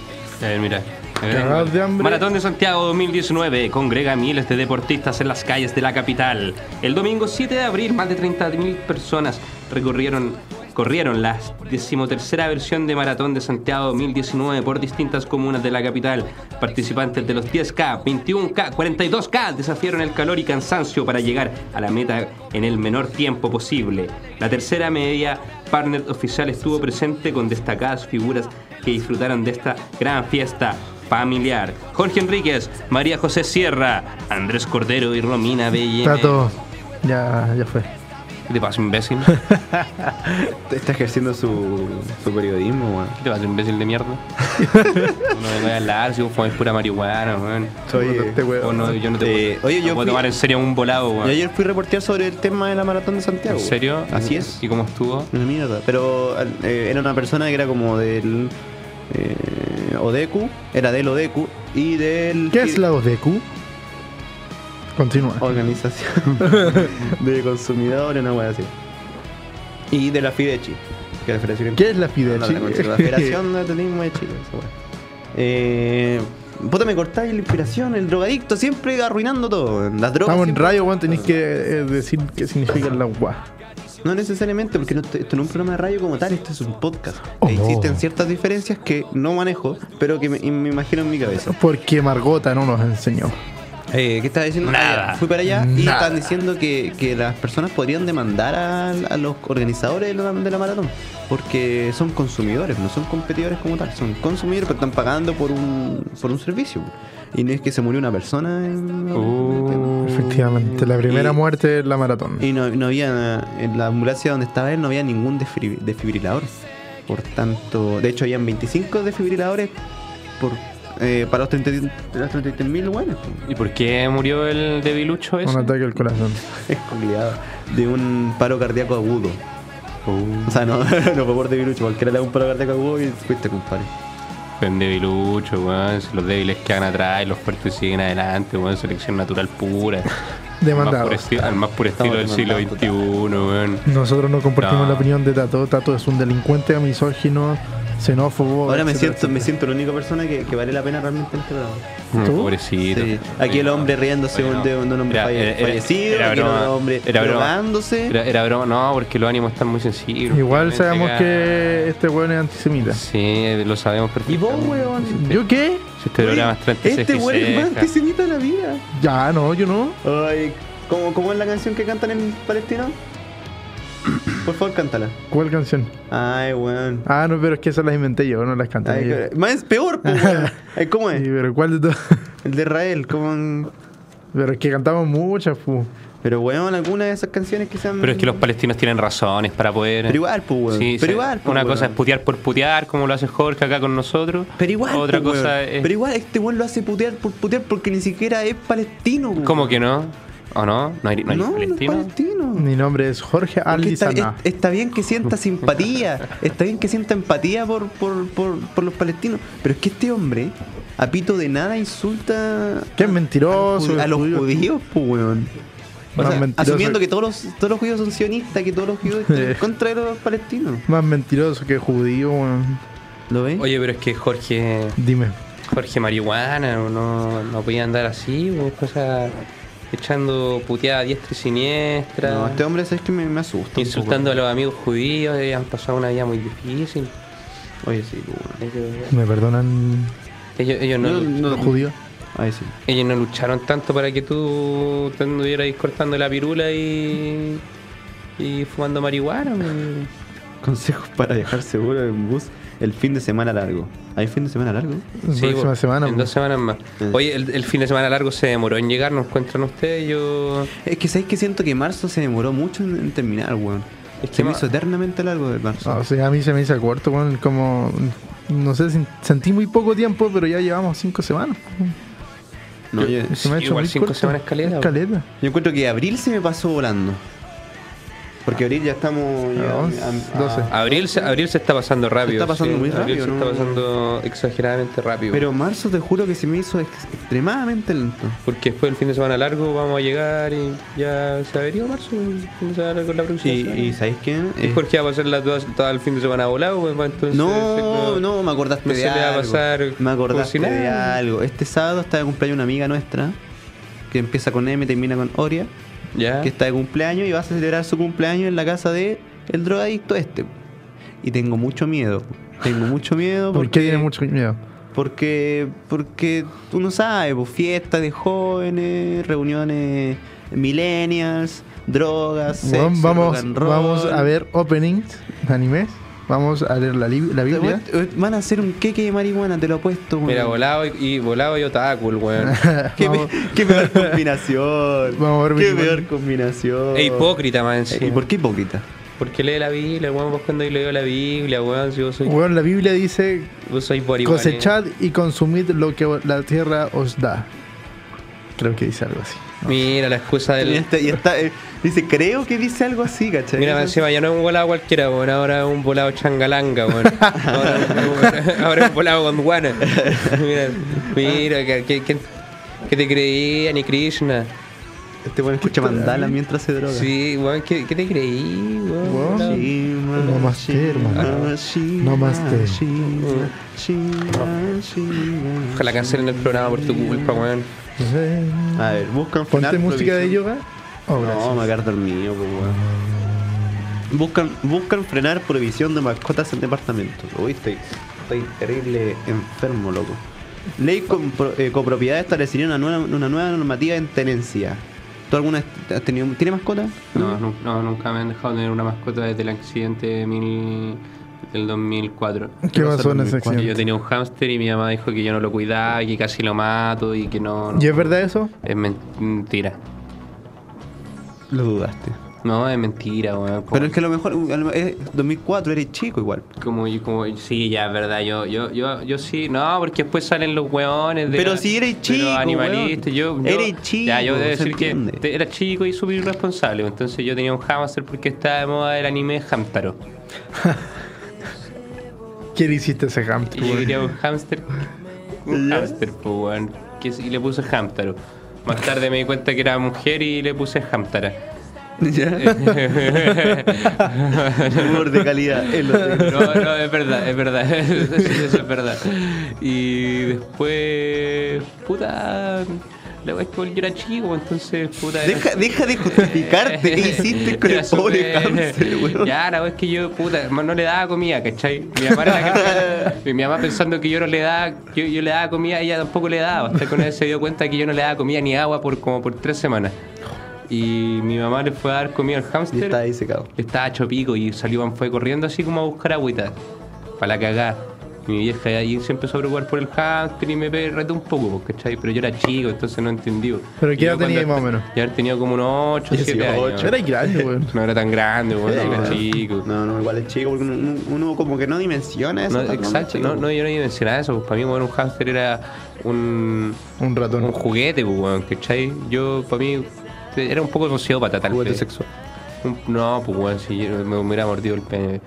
B: A
A: Eh,
B: ver, mira. A ver.
C: Cagados de hambre.
B: Maratón de Santiago 2019 congrega miles de deportistas en las calles de la capital. El domingo 7 de abril, más de 30.000 personas recorrieron corrieron la decimotercera versión de Maratón de Santiago 2019 por distintas comunas de la capital. Participantes de los 10K, 21K, 42K desafiaron el calor y cansancio para llegar a la meta en el menor tiempo posible. La tercera media partner oficial estuvo presente con destacadas figuras que disfrutaron de esta gran fiesta familiar. Jorge Enríquez, María José Sierra, Andrés Cordero y Romina Bellén.
C: Tato, ya, ya fue.
B: ¿Qué te pasa,
C: [LAUGHS]
B: imbécil? ¿Qué
A: Está ejerciendo su, su periodismo, weón.
B: te pasa, imbécil de
C: [LAUGHS]
B: mierda? Uno me voy a hablar, si vos fumás pura marihuana, weón.
A: Oye,
C: Este weón.
B: Vos no- yo no te
A: eh,
B: puedo,
A: oye,
B: no
A: yo
B: puedo
A: fui-
B: tomar en serio un volado,
A: Yo
B: weón.
A: ayer fui a reportear sobre el tema de la maratón de Santiago.
B: ¿En serio?
A: weón. Así es.
B: ¿Y cómo estuvo?
A: Una mierda. Pero eh, era una persona que era como del. eh, Odeku, era del Odeku y del.
C: ¿Qué es la ODQ? Continúa. [LAUGHS]
A: organización de consumidores, una wea así. Y de la FIDECHI, que es la Federación
C: ¿Qué es la
A: No,
C: Fidechi?
A: la conozco,
C: [LAUGHS]
A: la Federación de Atletismo de Chile, esa wea. Eh, puta, me cortáis la inspiración, el drogadicto siempre arruinando todo. Las drogas.
C: Estamos en
A: siempre-
C: radio, weón, tenéis que eh, decir qué significa la UA.
A: No necesariamente, porque no, estoy- esto no es un programa de radio como tal, esto es un podcast.
C: Oh.
A: E existen ciertas diferencias que no manejo, pero que me, me imagino en mi cabeza.
C: Porque Margota no nos enseñó.
A: Eh, ¿Qué estaba diciendo?
B: Nada.
A: Ah, ya, Fui para allá y
C: Nada.
A: están diciendo que, que las personas podrían demandar a, a los organizadores de la, de la maratón. Porque son consumidores, no son competidores como tal. Son consumidores, pero están pagando por un, por un servicio. Y no es que se murió una persona. en-
B: Uh.
C: Efectivamente, la primera
A: Y-
C: muerte es la maratón.
A: Y no, no había, en la ambulancia donde estaba él, no había ningún desfibri- desfibrilador. Por tanto, de hecho, habían 25 desfibriladores por, eh, para los 33 los 33.000 buenos.
B: ¿Y por qué murió el debilucho
C: Un
B: ese?
C: ataque al corazón.
A: Es [LAUGHS] complicado. De un paro cardíaco agudo.
B: Uh,
A: O sea, no, [LAUGHS] no fue por debilucho, cualquiera le da un paro cardíaco agudo y fuiste, compadre.
B: Fue un debilucho, weón. Si Los débiles quedan atrás y los fuertes siguen adelante, weón. Selección natural pura. Al
C: Demandado.
B: más puro esti- Al más puro estilo del
A: Estamos
B: siglo
A: demandando,
B: XXI, weón.
C: Nosotros no compartimos
B: No.
C: la opinión de Tato. Tato es un delincuente, misógino,
B: Oh,
C: xenófobo.
A: Ahora me
C: etcétera,
A: siento, me siento la única persona que, que vale la pena realmente en este programa.
B: Mm,
C: ¿Tú?
B: Pobrecito.
A: Sí. Aquí el hombre riéndose
B: Oye, no.
A: de, un, de un hombre
B: Era-
A: falle-
B: era- era-
A: fallecido,
B: era
A: aquí el
B: broma,
A: hombre
B: era broma.
A: drogándose.
B: Era, era broma, no, porque los ánimos están muy sensibles.
C: etcétera. Igual
B: Obviamente
C: sabemos
B: acá-
C: que este weón es antisemita.
B: Sí, lo sabemos
A: ¿Y
B: perfectamente.
A: vos, weón?
C: ¿Yo qué?
B: Si este programa es 36
A: Este weón es más
B: gisejas.
A: antisemita de la vida.
C: Ya, no, yo no.
A: Ay, ¿cómo, cómo es la canción que cantan en Palestina? Por favor, cántala.
C: ¿Cuál canción?
A: Ay, weón.
C: Ah, no, pero es que esas las inventé yo, no las canté.
A: Ay,
C: yo.
B: [LAUGHS]
A: qué- más es peor, pues, weón. Ay, ¿Cómo
C: Sí,
A: es?
C: pero ¿cuál de todas?
A: El de Israel, como en-
C: [LAUGHS] Pero es que cantamos muchas, pu.
A: Pero weón, algunas de esas canciones que sean.
B: Pero es que los palestinos tienen razones para poder.
A: Pero igual, pues, weón.
B: Sí,
A: Pero
B: sí.
A: igual, pues,
B: Una
A: weón.
B: cosa es putear por putear, como lo hace Jorge acá con nosotros.
A: Pero igual,
B: Otra
A: pues,
B: cosa
A: weón.
B: es.
A: Pero igual, este weón lo hace putear por putear porque ni siquiera es palestino, weón.
B: ¿Cómo que no? ¿O no? ¿No hay, no hay
A: no,
B: palestino?
A: no es palestino.
C: Mi nombre es Jorge
A: Porque está,
C: Aldizana.
A: es- está bien que sienta simpatía, está bien que sienta empatía por, por, por, por los palestinos, pero es que este hombre, a pito de nada, insulta
C: Qué mentiroso.
A: ju- a los
C: judío.
A: judíos, pues, weón. O
C: Más
A: sea,
C: mentiroso-
A: asumiendo que todos los, todos los judíos son sionistas, que todos los judíos [LAUGHS] están en contra de los palestinos.
C: Más mentiroso que judío, weón.
A: ¿Lo ves?
B: Oye, pero es que Jorge.
C: Dime.
B: Jorge Marihuana, no, no podía andar así, pues, cosas. echando puteada a diestra y siniestra.
A: no, este hombre es que me, me asusta. un
B: Insultando a los amigos judíos, eh, han pasado una vida muy difícil.
A: poco. Oye, sí, pues, weón.
B: Ellos,
C: ¿Me perdonan
B: ellos, ellos no,
A: No,
C: los judíos?
A: Ahí sí.
B: ellos no lucharon tanto para que tú te anduvieras ahí cortando la pirula y, y fumando marihuana. pues.
A: Consejos para viajar seguro en bus el fin de semana largo. ¿Hay fin de semana largo?
C: La
B: Sí,
C: próxima
B: pues,
C: semana.
B: En
C: pues.
B: dos semanas más.
A: Sí.
B: Oye, el, el fin de semana largo se demoró en llegar, nos encuentran ustedes, yo...
A: Es que sabéis que siento que marzo se demoró mucho en, en terminar, weón.
B: Es que
A: se me
B: ma-
A: hizo eternamente largo de marzo.
C: No, o sea, Ah, a mí se me hizo corto, weón. Como. No sé, sen- sentí muy poco tiempo, pero ya llevamos cinco semanas.
A: No, yo,
C: Se me ha hecho
B: igual
C: muy
B: cinco
C: corto.
B: semanas es caleta, weón.
C: caleta.
A: yo encuentro que abril se me pasó volando. Porque abril ya estamos. ya-
C: A Ah, once, doce.
B: Abril se, abril se está pasando rápido.
A: está pasando muy
B: Abril
A: rápido,
B: se
A: ¿no?
B: está pasando exageradamente rápido.
A: Pero marzo te juro que se me hizo ex- extremadamente lento.
B: Porque después del fin de semana largo vamos a llegar y ya se averigua marzo, el fin de semana largo es la
A: Y,
B: próxima. semana.
A: y ¿sabéis qué?
B: Y
A: Eh,
B: Jorge va a pasar la, toda, todo el fin de semana volado, pues, va, entonces...
A: No,
B: se-
A: no, me acordaste
B: no
A: de
B: se le va a
A: algo.
B: pasar
A: me
B: como si
A: acordaste
B: nada.
A: de algo. Este sábado está de cumpleaños una amiga nuestra que empieza con M y termina con Oria,
B: Ya.
A: que está de cumpleaños y va a celebrar su cumpleaños en la casa de el drogadicto este. Y tengo mucho miedo. Tengo mucho
B: [LAUGHS]
A: miedo
C: ¿Por
A: porque
C: qué tiene mucho miedo?
A: porque porque tú no sabes, pues, fiestas de jóvenes, reuniones millennials, drogas,
C: Weón,
A: sexo, rock
C: vamos,
A: and roll.
C: vamos a ver openings de animes. Vamos a leer la, li- la Biblia.
A: Van a hacer un queque de marihuana, te lo apuesto. weón.
B: Mira, volado y, y volado y otaku,
A: [LAUGHS]
B: el weón.
A: Qué,
C: Vamos-
A: pe- qué peor combinación.
C: Vamos a ver
A: qué
C: Digimon.
A: peor combinación.
B: es hipócrita, man.
A: Eh, ¿Y por qué hipócrita?
B: Porque lee la Biblia, weón, vos cuando leo la Biblia, weón, si vos sois,
C: Weón, la Biblia dice
B: vos sois marihuana.
C: cosechad
A: eh.
C: y consumid lo que la tierra os da. Creo que dice algo así.
B: Mira la excusa
A: Y
B: del...
A: está- y está, eh, dice, creo que dice algo así, ¿cachai?
B: Mira, más encima ya no es un volado cualquiera, weón, ahora es un volado changalanga,
C: [LAUGHS]
B: weón. Ahora, es un- ahora es un volado con guana. Mira, mira, que, que- que- que te creía, ni Krishna.
A: Este bueno escucha mandalas mientras se droga.
B: Sí, weón, ¿qué, qué te creí, weón?
C: Weón.
B: Volado.
A: Shima,
C: Namaste,
A: Shima,
C: hermano.
A: Shima,
B: Ah.
C: Namaste.
A: Shima, Shima, Shima.
B: Ojalá cancelen el programa por tu culpa, weón.
C: No sé.
A: A ver, busca un
C: Ponte
A: final
C: música de
A: provisional.
C: yoga. Oh,
A: No,
C: gracias.
A: me voy a quedar dormido, pues, weón. Buscan, buscan frenar prohibición de mascotas en departamentos. Uy, estoy, estoy terrible enfermo, loco. Ley con pro- eh, copropiedad establecería una nueva, una nueva normativa en tenencia. ¿Tú alguna vez has tenido, tiene mascota?
B: No, nu- no, nunca me han dejado tener una mascota desde el accidente de mil- del 2004.
C: ¿Qué pasó en ese
A: 2004?
B: Porque yo
C: accidente?
B: tenía un hámster y mi mamá dijo que yo no lo cuidaba, que casi lo mato y que no... no.
C: ¿Y es verdad eso?
B: Es men- mentira.
A: Lo dudaste.
B: No, es mentira, weón. Como-
A: Pero es que a lo mejor, a lo- eh, 2004 eres chico igual.
B: Como, y como, sí, ya, es verdad, yo, yo, yo, yo sí, no, porque después salen los weones de...
A: Pero si eres
B: de
A: chico,
B: los animalistas, yo,
A: weón.
B: yo-
A: Eres chico,
B: Ya, yo debo
A: se
B: decir que
A: entiende.
B: te- era chico y súper irresponsable, entonces yo tenía un hamster porque estaba de moda el anime Hamtaro.
C: ¿Qué le hiciste a ese
B: Y
C: hamster?
B: yo
C: weón?
B: quería un hamster, un hamster, pues, weón, que es- y le puse Hamtaro. Más tarde me di cuenta que era mujer y le puse
A: [LAUGHS]
B: Hamtara.
A: [LAUGHS]
B: [LAUGHS]
A: Ya. Humor de calidad. es lo de-
B: No, no, es verdad, es verdad. [LAUGHS] Eso, eso es verdad. Y después. Puta. La wea es que yo era chico, entonces, puta. era-
A: Deja, deja de justificarte. ¿Qué hiciste con el
B: Era
A: pobre
B: súper-
A: hamster, weón?
B: Ya, la wea es que yo, puta, hermano, no le daba comida, ¿cachai? Mi mamá, era la cara- mi- mi mamá pensando que yo no le daba, yo, yo le daba comida, ella tampoco le daba. Hasta que una vez se dio cuenta que yo no le daba comida ni agua por como por tres semanas. Y mi mamá le fue a dar comida al hámster.
A: Y está ahí secado.
B: Estaba hecho pico y salió, fue corriendo así como a buscar agüita. Para la cagada. Mi vieja ahí se empezó a preocupar por el hámster y me retó un poco, pues, ¿cachai? Pero yo era chico, entonces no entendí. pues.
C: ¿Pero
B: Y
C: qué edad
B: yo cuando-
C: tenía más o menos?
B: Ya tenía como unos 8, 7 años.
C: Era grande, weón.
B: No era tan grande, bueno,
A: Sí,
B: era
A: claro.
B: chico.
A: No, no, igual es chico, porque uno, uno- uno como que no dimensiona eso.
B: No,
A: está
B: exacto,
A: como
B: no,
A: chico.
B: no, yo no dimensionaba eso. pues, Para mí, bueno, un hámster era un,
C: Un ratón.
B: un juguete, pues, weón, ¿cachai? Yo, para mí, era un poco sociópata, tal
D: Juguete
B: vez.
D: sexual.
B: Un- No, pues, weón, si yo- me hubiera mordido el pene.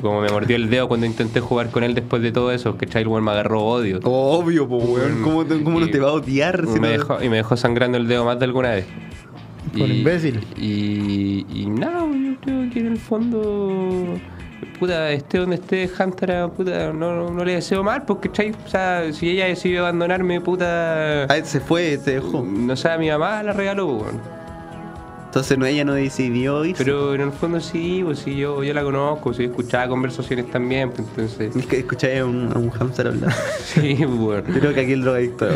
B: Como me mordió el dedo cuando intenté jugar con él después de todo eso, ¿cachai? El weón me agarró odio.
A: Obvio, pues, weón. ¿Cómo, te- cómo no te va a odiar si
B: Y Mm, me,
A: no-
B: dejó, y me dejó sangrando el dedo más de alguna vez.
C: Por imbécil.
B: Y, y nada, yo creo que en el fondo, puta, esté donde esté, Hantara, puta, no, no le deseo mal, porque, ¿cachai? O sea, si ella decidió abandonarme, puta.
A: Ah, se fue, se dejó.
B: No sé, a mi mamá la regaló, pues, weón.
A: Entonces no, ella no decidió irse.
B: Pero en el fondo sí, pues sí, yo, yo la conozco, sí, escuchaba conversaciones también, pues, entonces. [LAUGHS]
A: Es que escuché a un, a un hamster hablar.
B: Sí, pues, weón.
A: Yo creo que aquí el
B: [LAUGHS]
A: drogadicto. ¿no?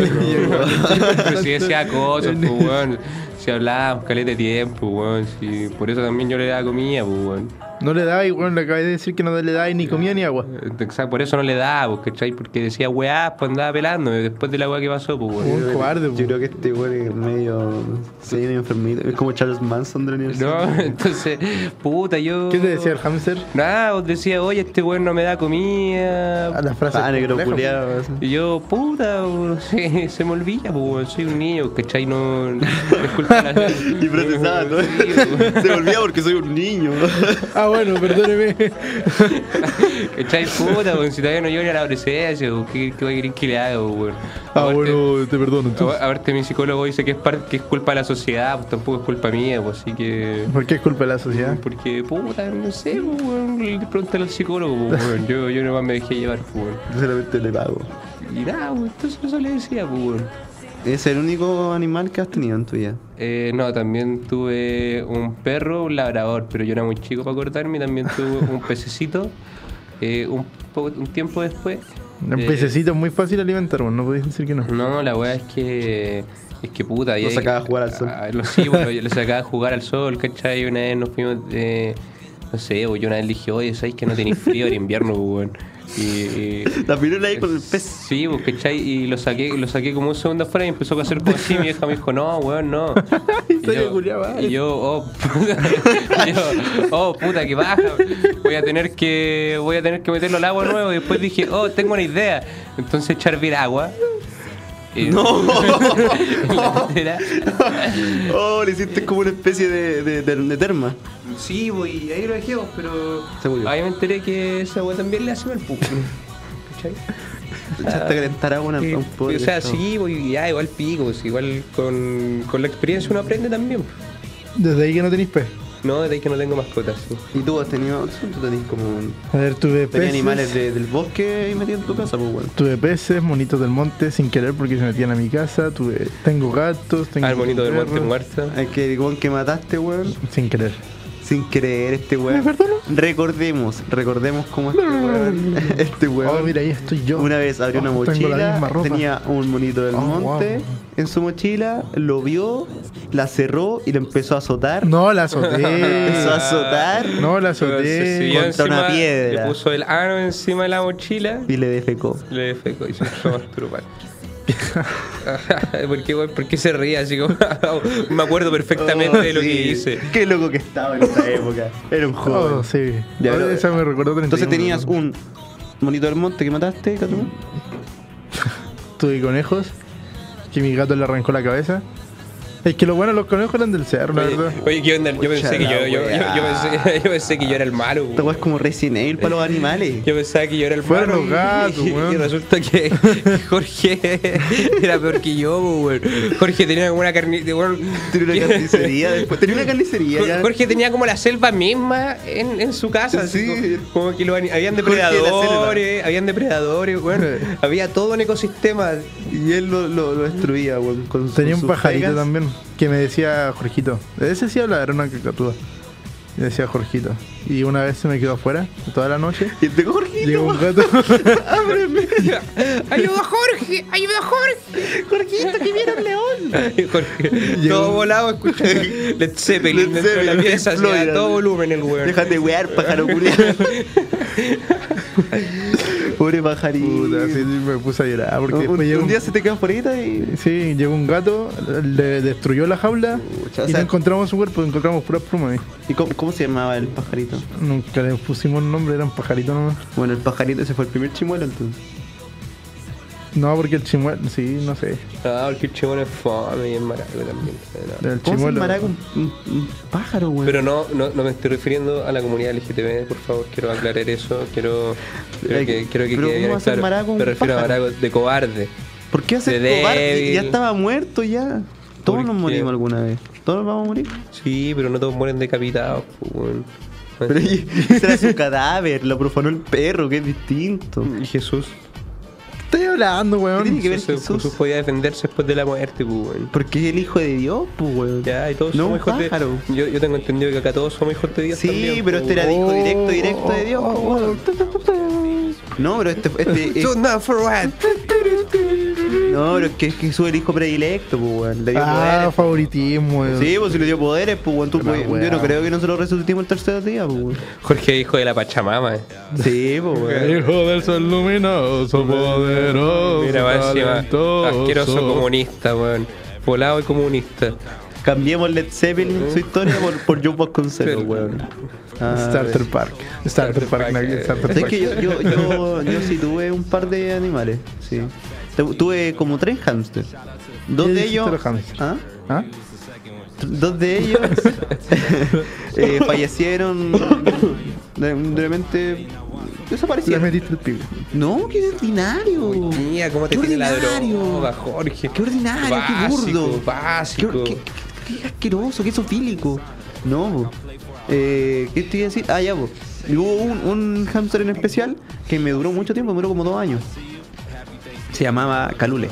B: Pero sí decía cosas, pues, weón. Si hablábamos, caleta de tiempo, weón. Sí, por eso también yo le daba comida, pues, weón.
C: No le daba, y, weón, le acabé de decir que no le daba ni comida ni agua.
B: Exacto, por eso no le daba, pues, ¿cachai? Porque decía weá, pues andaba pelando después de la weá que pasó, pues, weón.
C: Un cobarde,
A: Yo
C: weón.
A: creo que este weón es medio. Sí, medio enfermito. Es como Charles Manson de la universidad.
B: No, [LAUGHS] entonces, puta, yo.
C: ¿Qué te decía el hamster?
B: Nada, os decía, oye, este weón no me da comida.
C: A las frases.
A: Ah, negro
C: complejas, weón.
A: culiado. así.
B: Y yo, puta, weón, [LAUGHS] se, se me olvida, pues, weón, soy un niño, ¿cachai? No. Disculpa la.
A: [LAUGHS] Y procesaba todo.
B: Sí,
A: [LAUGHS]
B: weón.
A: Se volvía porque soy un niño. [LAUGHS]
C: Ah, bueno, perdóneme.
B: [LAUGHS] ¿Cachai? Puta, weón, si todavía no llego ni a la adolescencia, weón, ¿qué, qué voy a querer que le haga, weón?
C: Ah,
B: Aparte-
C: bueno, te perdono entonces.
B: A verte, mi psicólogo dice que es, par- que es culpa de la sociedad, pues tampoco es culpa mía, pues así que.
C: ¿Por qué es culpa de la sociedad?
B: Porque, puta, no sé, pues, weón, le pregúntale al psicólogo, pues, weón. Yo, yo nomás me dejé llevar, pues, weón.
A: Yo solamente le pago.
B: Y nada, weón, entonces eso le decía, pues, weón.
A: ¿Es el único animal que has tenido en tu vida?
B: Eh, no, también tuve un perro, un labrador, pero yo era muy chico para cortarme. y También tuve un [LAUGHS] pececito, eh, un, po- un tiempo después.
C: Un
B: Eh,
C: pececito es muy fácil de alimentar, weón. No podéis decir que no.
B: No, la weá es que. Es que puta.
A: Lo
B: ahí-
A: sacaba a jugar al sol.
B: Ah, lo- sí, bueno, yo lo sacaba a jugar al sol, ¿cachai? Una vez nos fuimos. eh, no sé, o yo una vez le dije, oye, ¿sabes que no tenéis frío en invierno, pues, weón? Y. y-
A: La pirula ahí con el pez.
B: Sí, pues, ¿cachai? Y lo saqué, lo saqué como un segundo afuera y empezó a hacer cosas así. Mi vieja me dijo, no, weón,
A: [LAUGHS]
B: no. Y
C: Historia
B: yo,
C: culiada,
B: y yo, oh, puta, [LAUGHS] yo, oh, puta, que baja. Voy a tener que voy a tener que meterlo al agua nuevo. Y después dije, oh, tengo una idea. Entonces echar bien agua.
A: No.
B: [LAUGHS] La bandera.
A: [LAUGHS] Oh, le hiciste como una especie de, de, de- de terma.
B: Sí, pues, y ahí lo dejé, pues, pero.
A: Se murió.
B: Ahí me enteré que esa agua también le hace mal,
A: [LAUGHS]
B: pues. ¿Cachai?
A: Echaste a calentar agua a una- a un
B: o
A: pobre.
B: sea,
A: chavo.
B: sí, pues, ya, igual pico, pues, igual con, con la experiencia uno aprende también. pues.
C: Desde ahí que no tenéis pez.
B: No, desde ahí que no tengo mascotas. sí.
A: ¿Y tú has tenido. Tú tenés como.
C: A ver, tuve
A: Tenés
C: peces.
A: animales de- del bosque ahí metidos en tu casa, pues, weón.
C: Tuve peces, monitos del monte, sin querer porque se metían a mi casa. Tuve, tengo gatos, tengo.
B: Ah, el bonito del monte
C: perros,
B: muerto.
A: Ay, que el weón que mataste, weón.
C: Sin querer.
A: Sin creer, este
C: ¿Me
A: weón.
C: perdono?
A: Recordemos, recordemos cómo este weón. [LAUGHS] Este
C: Oh,
A: weón.
C: mira, ahí estoy yo.
A: Una vez abrió
C: Oh,
A: una
C: tengo la misma
A: mochila,
C: ropa.
A: tenía un monito del
C: Oh,
A: monte
C: wow.
A: en su mochila, lo vio, la cerró y lo empezó a azotar.
C: No,
A: [LAUGHS]
C: la
A: Empezó a
C: azoté.
A: azotar
C: [LAUGHS] no, la
B: Entonces,
C: azoté.
B: si yo
A: contra una
B: encima
A: piedra.
B: Le puso el ano encima de la mochila.
A: y le defecó.
B: Le defecó y se empezó a masturbar. [LAUGHS] ¿Por qué, güey? ¿Por qué se ría? Así como, [LAUGHS] me aacuerdo perfectamente
A: Oh,
B: de lo
A: sí.
B: que hice.
A: Qué loco que estaba en esa época. Era un joven.
C: Oh, sí.
A: Ya,
C: Ahora
A: pero-
C: esa me recordó 31,
A: Entonces tenías
C: weón.
A: un monito del monte que mataste, Catu.
C: Tuve conejos. Que mi gato le arrancó la cabeza. Es que lo bueno, los conejos eran del cerro, la
B: Oye,
C: verdad.
B: oye, ¿qué onda? Yo pensé que yo, yo, yo, yo pensé, [LAUGHS] yo pensé que yo era el malo. güey.
A: Esta weá es como Resident Evil para los animales.
B: Yo pensaba que yo era el
C: Fueron
B: malo y- [LAUGHS]
C: los gatos,
B: y,
C: weón.
B: y resulta que [LAUGHS] Jorge [LAUGHS] era peor que yo, weón. Jorge tenía como una carnita, [LAUGHS]
A: Tenía una carnicería después. Tenía una carnicería ya.
B: Jorge tenía como la selva misma en, en su casa. así
A: Sí.
B: como, como que lo ani- habían
A: Jorge de la
B: depredadores, habían
A: [LAUGHS]
B: depredadores, weón. había todo un ecosistema.
A: Y él lo, lo- lo destruía, weón. con su-
C: Tenía un
A: sus
C: pajarito
A: pegas.
C: también que me decía Jorgito. Ese sí hablaba, era una cacatúa. Y decía Jorgito. Y una vez se me quedó afuera, toda la noche.
A: Y el de Jorgito,
C: Llegó un
A: weón. [LAUGHS]
C: gato.
A: Ábreme.
B: ¡Ayuda Jorge! ¡Ayuda Jorge!
A: Jorgito, que viene un
B: [LAUGHS]
A: león.
B: Jorge,
C: Llegó-
B: todo
A: [LAUGHS]
B: volado, escucha. Led Zeppelin
A: Led
B: dentro de la
A: Zeppelin,
B: pieza, así,
A: Florida.
B: [LAUGHS] a todo volumen el weón.
A: Déjate wear, pájaro culiado. Pobre pajarito.
C: Puta, sí, me puse a llorar porque
A: un,
C: después llegó
A: un
C: un-
A: día se te quedan por y.
C: Sí, llegó un gato, le destruyó la jaula
A: Pucha, o
C: y
A: sea-
C: no encontramos su cuerpo, encontramos puras plumas. ahí.
A: ¿Y cómo, cómo se llamaba el pajarito?
C: Nunca le pusimos nombre, eran pajaritos nomás.
A: Bueno, el pajarito ese fue el primer chimuelo entonces.
C: No, porque el chimuelo, sí, no sé.
B: Ah, porque el chimuelo es fome y es maraco también. No.
C: El
A: ¿Cómo se
C: chimuelo.
A: llamará un, un- un pájaro, güey?
B: Pero no, no, no me estoy refiriendo a la comunidad LGTB, por favor, quiero aclarar eso, quiero, quiero que, quiero que
A: Pero
B: quede
A: ¿cómo va a ser maraco un
B: Me refiero a
A: pájaro?
B: maraco de cobarde.
A: ¿Por qué hacer
B: de
A: cobarde?
B: débil.
A: Ya estaba muerto ya. Todos
B: ¿Por
A: nos
B: qué?
A: morimos alguna vez. Todos vamos a morir.
B: Sí, pero no todos mueren decapitados, pues, weón.
A: Pero y- [LAUGHS] ese era su cadáver, lo profanó el perro, que es distinto.
B: Y Jesús.
C: Estoy hablando,
A: ¿Qué tiene
C: weón.
A: que ver
B: Jesús,
A: Jesús?
B: Jesús podía defenderse después de la muerte, pues, weón.
A: Porque es el hijo de Dios, pues, güey.
B: Ya, y todos
A: No,
B: somos
A: un
B: hijos de [LAUGHS]
A: pájaro.
B: Yo, yo tengo entendido que acá todos somos hijos de Dios.
A: Sí,
B: también,
A: pero
B: pues,
A: este era
B: weón.
A: dijo directo, directo de Dios,
C: Oh,
A: po, weón. No, pero este.
B: [LAUGHS]
A: este
B: Do not for what?
A: no, pero es que es Jesús el hijo predilecto, pues, weón. Le dio
C: Ah, favoritismo,
A: poderes.
C: weón.
A: Sí, pues si le dio poderes, pues, weón. tú
C: Pero,
A: podías- yo no
C: weón.
A: creo que nosotros resucitemos el tercer día, pues, weón.
B: Jorge, hijo de la Pachamama. eh.
A: Sí, pues, weón.
C: Hijo del sol luminoso, poderoso,
B: Mira, va encima. Asqueroso comunista, weón. Volado y comunista.
A: Cambiemos Led Zeppelin, su historia, por, por John Vasconcelos,
B: Pero-
A: weón. Ah,
C: Starter Park. Starter Park,
B: Park,
C: nadie-
B: eh.
C: Starter
A: ¿Sabes
C: Park.
A: que yo, yo, yo, yo sí tuve un par de animales? Sí. Tu- Tuve como tres hámsters. Dos
C: ¿Qué
A: de
C: dijiste
A: ellos.
C: los hámsters?
A: ¿Ah?
C: ¿Ah?
A: Dos de ellos eh, fallecieron de, de repente
C: Le
A: desaparecieron.
C: metiste el pibe.
A: No, qué ordinario.
B: Mira cómo te
A: Qué
B: tiene la
A: ordinario.
B: droga, Jorge.
A: Qué ordinario, qué
B: Básico,
A: burdo.
B: Básico.
A: Qué, qué, qué- qué asqueroso, qué sofílico. No, po. eh, ¿qué te iba a decir? Ah, ya, po. Y Hubo un, un hámster en especial que me duró mucho tiempo, me duró como dos años. Se llamaba Calule.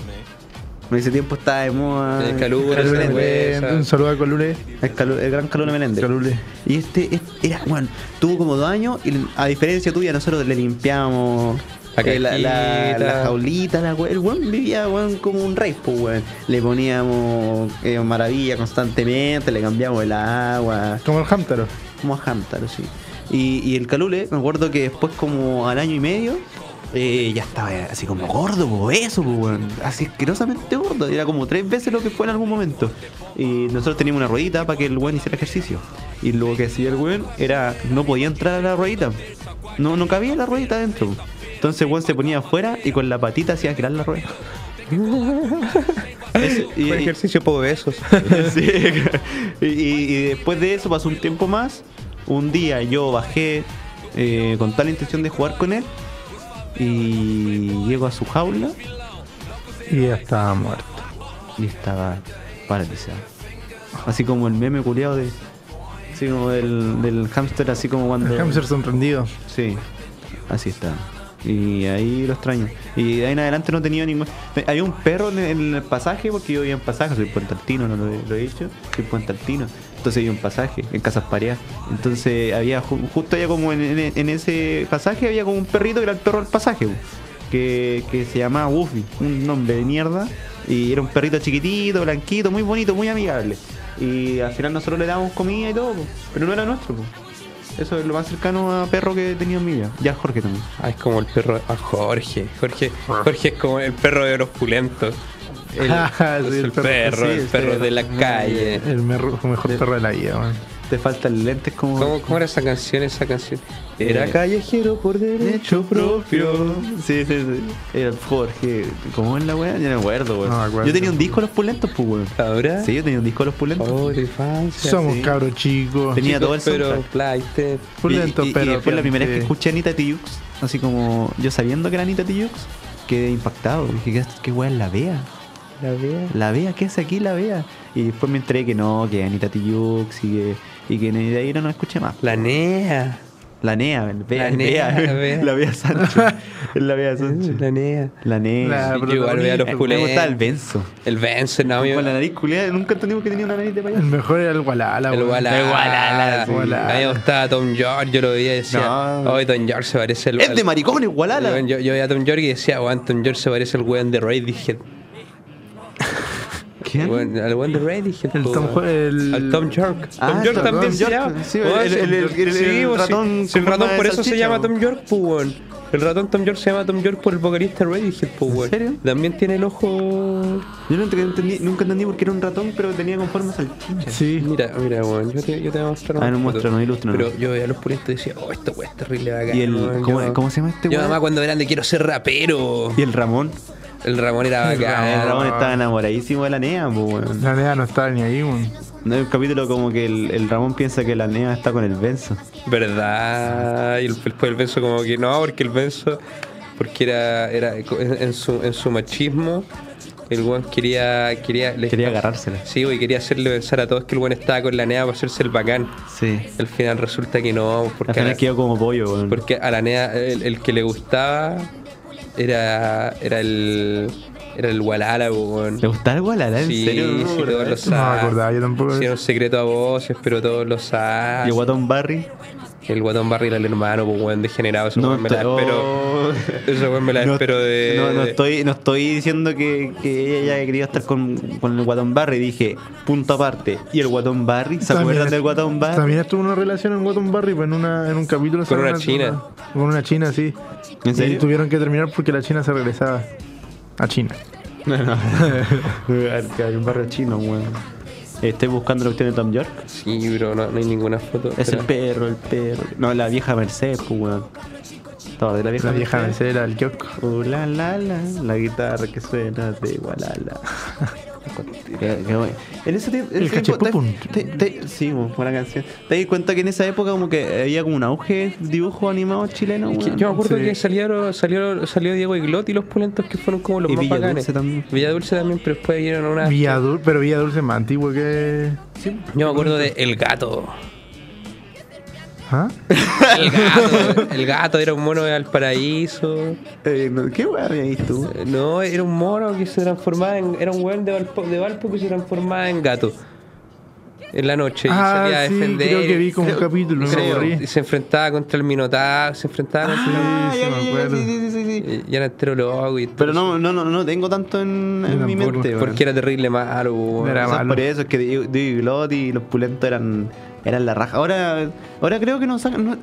A: En ese tiempo estaba de moda.
B: El Calule,
A: Calule
B: esa
A: Meléndez.
B: Pues,
C: eh, Un saludo a Colule.
A: El, Calu- el gran Calule Meléndez.
C: Calule.
A: Y este, este era, bueno, tuvo como dos años y a diferencia tuya, nosotros le limpiamos
B: La
A: eh, la, la-
B: cajita.
A: la jaulita, la we- el weón vivía weón, como un rey, pues, weón. Le poníamos eh, maravilla constantemente, le cambiamos el agua,
C: Como el
B: [LAUGHS]
C: Hamtaro.
A: como a Hamtaro, sí. Y, y el calule, me acuerdo que después como al año y medio, eh, ya estaba así como gordo, eso, así asquerosamente gordo, era como tres veces lo que fue en algún momento. Y nosotros teníamos una ruedita para que el weón hiciera ejercicio. Y lo que hacía el weón era, no podía entrar a la ruedita, no, no cabía la ruedita adentro. Entonces el weón se ponía afuera y con la patita hacía girar la rueda. Ese- y-
B: Fue
A: y-
B: ejercicio poco besos.
A: Sí, y, y- y después de eso pasó un tiempo más. Un día yo bajé eh, con tal intención de jugar con él. Y llego a su jaula
C: Y ya estaba muerto.
A: y estaba paralizado. Así como el meme culiado de. Así como del, del hámster, así como cuando.
C: El hamster sorprendido.
A: Sí, así está. Y ahí lo extraño. Y de ahí en adelante no he tenido ningún. Hay un perro en en el pasaje, porque yo vivía en pasaje, soy puentaltino, no lo he, lo he dicho. Soy puentaltino. Entonces había un pasaje, en Casas Pareas. Entonces había, ju- justo allá como en, en- en ese pasaje, había como un perrito que era el perro del pasaje, bu, que, que se llamaba Woofy, un nombre de mierda. Y era un perrito chiquitito, blanquito, muy bonito, muy amigable. Y al final nosotros le dábamos comida y todo, bu, pero no era nuestro. bu. Eso es lo más cercano a perro que he tenido en mi vida. Ya Jorge también.
B: Ah, es como el perro. Ah, Jorge. Jorge. Jorge es como el perro de los pulentos. El,
C: [LAUGHS] Ah, sí,
B: es
C: el
B: el
C: perro-
B: perro,
C: sí,
B: el
C: el
B: perro
C: perro.
B: de la calle.
C: El merro- mejor perro de la vida, man.
A: Te faltan lentes como.
B: ¿Cómo, cómo era esa canción? Esa canción.
A: Eh,
B: Era callejero por derecho propio.
A: Sí, sí, sí. Era el Jorge. ¿Cómo es la weá? Yo no me acuerdo, weón.
C: No me acuerdo.
A: Yo tenía un disco de los pulentos, pues, weón.
B: Ahora.
A: Sí, yo tenía un disco de los pulentos.
B: Oh, de infancia.
C: Somos
A: sí.
C: cabros chicos.
A: Tenía- todo el
B: pero
A: soundtrack.
B: plaite.
A: Y-
C: Pulento,
A: y, y,
C: pero.
A: después la primera vez que
C: sí.
A: escuché a Anita Tijoux, así como yo sabiendo que era Anita Tijoux, quedé impactado. Dije, ¿qué, qué weá es la vea?
B: La vea.
A: La vea, ¿qué hace aquí la vea? Y después me enteré que no, que Anita Tijoux y que, y que de ahí no, no escuché más.
B: La nea.
A: La NEA, el Bea,
B: La
A: el
B: Nea,
A: Bea,
B: la Bea.
A: la Bea
B: [LAUGHS]
A: Sancho. La Bea Sancho.
B: La nea.
A: La
C: La
A: NEA.
B: Yo igual veo a los
C: protagonista.
A: Me
B: pulentos.
A: gustaba el Benzo.
B: El Benson, no,
A: Con la
B: amigo.
A: nariz culiada, nunca entendimos que tenía una nariz de
C: El
A: payaso.
C: mejor era el Walala,
B: El
C: weón.
B: Walala.
A: El Walala, sí.
B: A mí me gustaba Tom George, yo lo veía y decía,
A: No.
B: hoy Tom George se parece al
A: Es de maricones, Walala.
B: Weón, Yo, yo veía a Tom George y decía, weón, Tom George se parece al weón de Radiohead.
A: ¿Quién?
B: Weón, Al weón de Radiohead.
C: El
B: po,
C: Tom-
B: weón.
C: el-
B: Al Tom York.
A: Ah,
B: Tom
A: el
B: York
A: Tom
B: también se
A: York.
B: llama.
A: Sí,
B: Weón,
A: el- el- el- el
B: sí, weón,
A: ratón
B: sí, el
A: con forma
B: ratón
A: de
B: por eso se
A: salchicha,
B: llama
A: weón.
B: Tom York, pues, weón. El ratón Tom York se llama Tom York por el vocalista Radiohead, pues, weón.
A: serio?
B: También tiene el ojo.
A: Yo no ent- entendí- nunca entendí por qué era un ratón, pero tenía con forma salchicha.
C: Sí.
B: Mira, mira, weón. Yo te, yo te voy a mostrar
A: Ah,
B: una
A: no,
B: foto.
A: muéstranos, ilústranos.
B: Pero yo veía a los puristas y decía, oh, esta weón es terrible bacán.
A: ¿Y el-
B: weón,
A: cómo-
B: yo-
A: cómo se llama este
B: Yo,
A: weón?
B: mamá, cuando grande quiero ser rapero.
A: Y el Ramón.
B: El Ramón era bacán.
A: [LAUGHS] el Ramón estaba enamoradísimo de la NEA, pues, weón.
C: La nena no estaba ni ahí, weón.
A: No hay un capítulo como que el, el Ramón piensa que la NEA está con el Benzo.
B: ¿Verdad? Y el, después el Benzo como que no, porque el Benzo, porque era, era en, en su, en su machismo, el weón quería... Quería, le-
A: Quería agarrársela.
B: Sí, güey, quería hacerle pensar a todos que el weón estaba con la NEA para hacerse el bacán.
A: Sí.
B: Al final resulta que no,
A: Al
B: porque, a la,
A: final quedó como pollo, weón.
B: porque a la NEA el, el que le gustaba era, era el... Era el Walala, weón.
A: ¿Le gustaba el Gualará? ¿En
B: Sí,
A: serio?
B: sí,
A: No,
B: todos
A: ¿verdad?
B: lo
C: No me
B: saben.
C: acordaba, yo tampoco.
B: Hicieron secreto a voces, pero todos lo
A: ¿Y el
B: saben.
A: Guatón Barry?
B: El guatón barril al hermano, pues weón, degenerado, eso weón me la
A: estoy-
B: espero. Eso weón [LAUGHS] me la
A: No-
B: espero de.
A: No, no estoy, no estoy diciendo que, que ella haya querido estar con, con el Guatón Barry. Dije, punto aparte. ¿Y el Guatón Barry? ¿Se acuerdan del Guatón Barry? [LAUGHS]
C: También estuvo una relación en Guatón Barry, pues en, una, en un capítulo.
B: Con una
C: sacaron-
B: china.
C: Con una china, sí.
A: ¿En
C: Y
A: serio?
C: tuvieron que terminar porque la china se regresaba a China.
A: [LAUGHS] Hay un barrio chino, weón. Estoy buscando la cuestión de Tom York.
B: Sí, bro, no, no hay ninguna foto.
A: Es el
B: Espera.
A: perro, el perro. No, la vieja Mercedes, pues, weón. Estaba de la vieja
C: La vieja
A: Mercedes.
C: mesera del kiosco.
A: Uh, la, la, la, la guitarra que suena de Gualala. [LAUGHS] Qué- qué bueno. en ese tiempo, en
C: El
A: ese tiempo, te-
C: cachepupun.
A: te- te- sí, bueno, buena canción. ¿Te das cuenta que en esa época como que había como un auge de dibujo animado chileno?
B: Es que
A: weón?
B: Yo me acuerdo
C: Sí.
B: que salieron, salió, salió Diego Iglot y los pulentos que fueron como los
A: Y
B: más
A: Villa
B: bacanes.
A: Dulce también.
B: Villa Dulce también, pero después vieron una.
C: Villa Dulce, pero Villa Dulce es más antiguo que.
B: Yo me acuerdo de El Gato.
C: ¿Ah?
B: El Gato. el Gato era un mono de Valparaíso.
A: Eh, no, ¿Qué weón había visto? weón?
B: No, era un mono que se transformaba en. Era un weón de Valpo, de Valpo que se transformaba en gato. En la noche. y
C: Ah,
B: salía a
C: sí,
B: defender.
C: creo que vi como un
B: Creo-
C: capítulo, no me
B: creo.
C: aburrí.
B: Y se enfrentaba contra el Minotauro. Se enfrentaba contra.
A: Ah,
C: sí,
A: ya,
C: me
A: ya, ya,
C: acuerdo.
A: sí, sí, sí, sí.
B: Y era entero loco y todo
A: Pero
B: eso.
A: no, no, no, no tengo tanto en, en
C: Yo
A: mi
C: tampoco.
A: mente. weón.
B: Porque era terrible malo, weón.
C: Era
A: Quizás
C: malo.
A: por eso es que Diego Diego y Glot y los pulentos eran, eran la raja. Ahora, ahora creo que no sacan. No,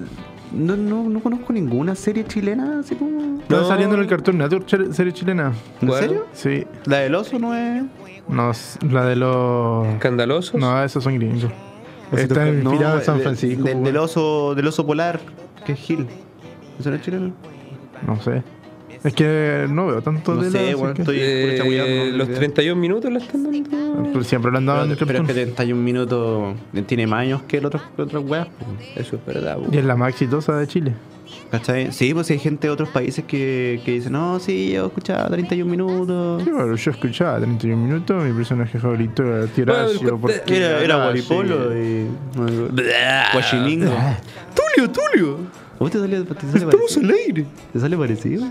A: no, no, no conozco ninguna serie chilena así como.
C: Estaba saliendo en el Cartoon Network, chile- serie chilena.
A: ¿En
B: Bueno.
A: serio?
C: Sí.
A: La del oso no es.
C: Nos, la de los.
B: Escandalosos.
C: No, esos son gringos. Está
A: No,
C: inspirado en San
A: de-
C: Francisco.
A: del- del,
C: weón.
A: oso, del oso polar, que es Gil. ¿Eso no es chileno?
C: No sé. Es que no veo tanto
A: No
C: de
A: sé,
C: la- así
A: weón,
C: que-
A: estoy-
B: Eh,
A: Pucha, cuidado, no,
B: los
A: cuidado.
B: 31 minutos la están dando.
C: Pero siempre lo han dado en
A: Pero,
C: el
A: pero es que
C: Cartoon.
A: 31 minutos tiene más años que el otro- que otras weas. po.
B: Eso es verdad,
C: Y
B: weón.
C: es la más exitosa de Chile.
A: ¿Cachai? Sí, pues hay gente de otros países que, que dice, no, sí, yo escuchaba 31 minutos.
C: Sí, bueno, yo escuchaba 31 minutos, mi personaje favorito era
B: Bueno,
C: Tiracio. porque
A: Era, era
C: así.
A: guaripolo y. Guachimingo.
B: Tulio, Tulio.
A: ¿A vos te sale, te sale parecido?
B: al aire.
A: ¿Te sale parecido? eh?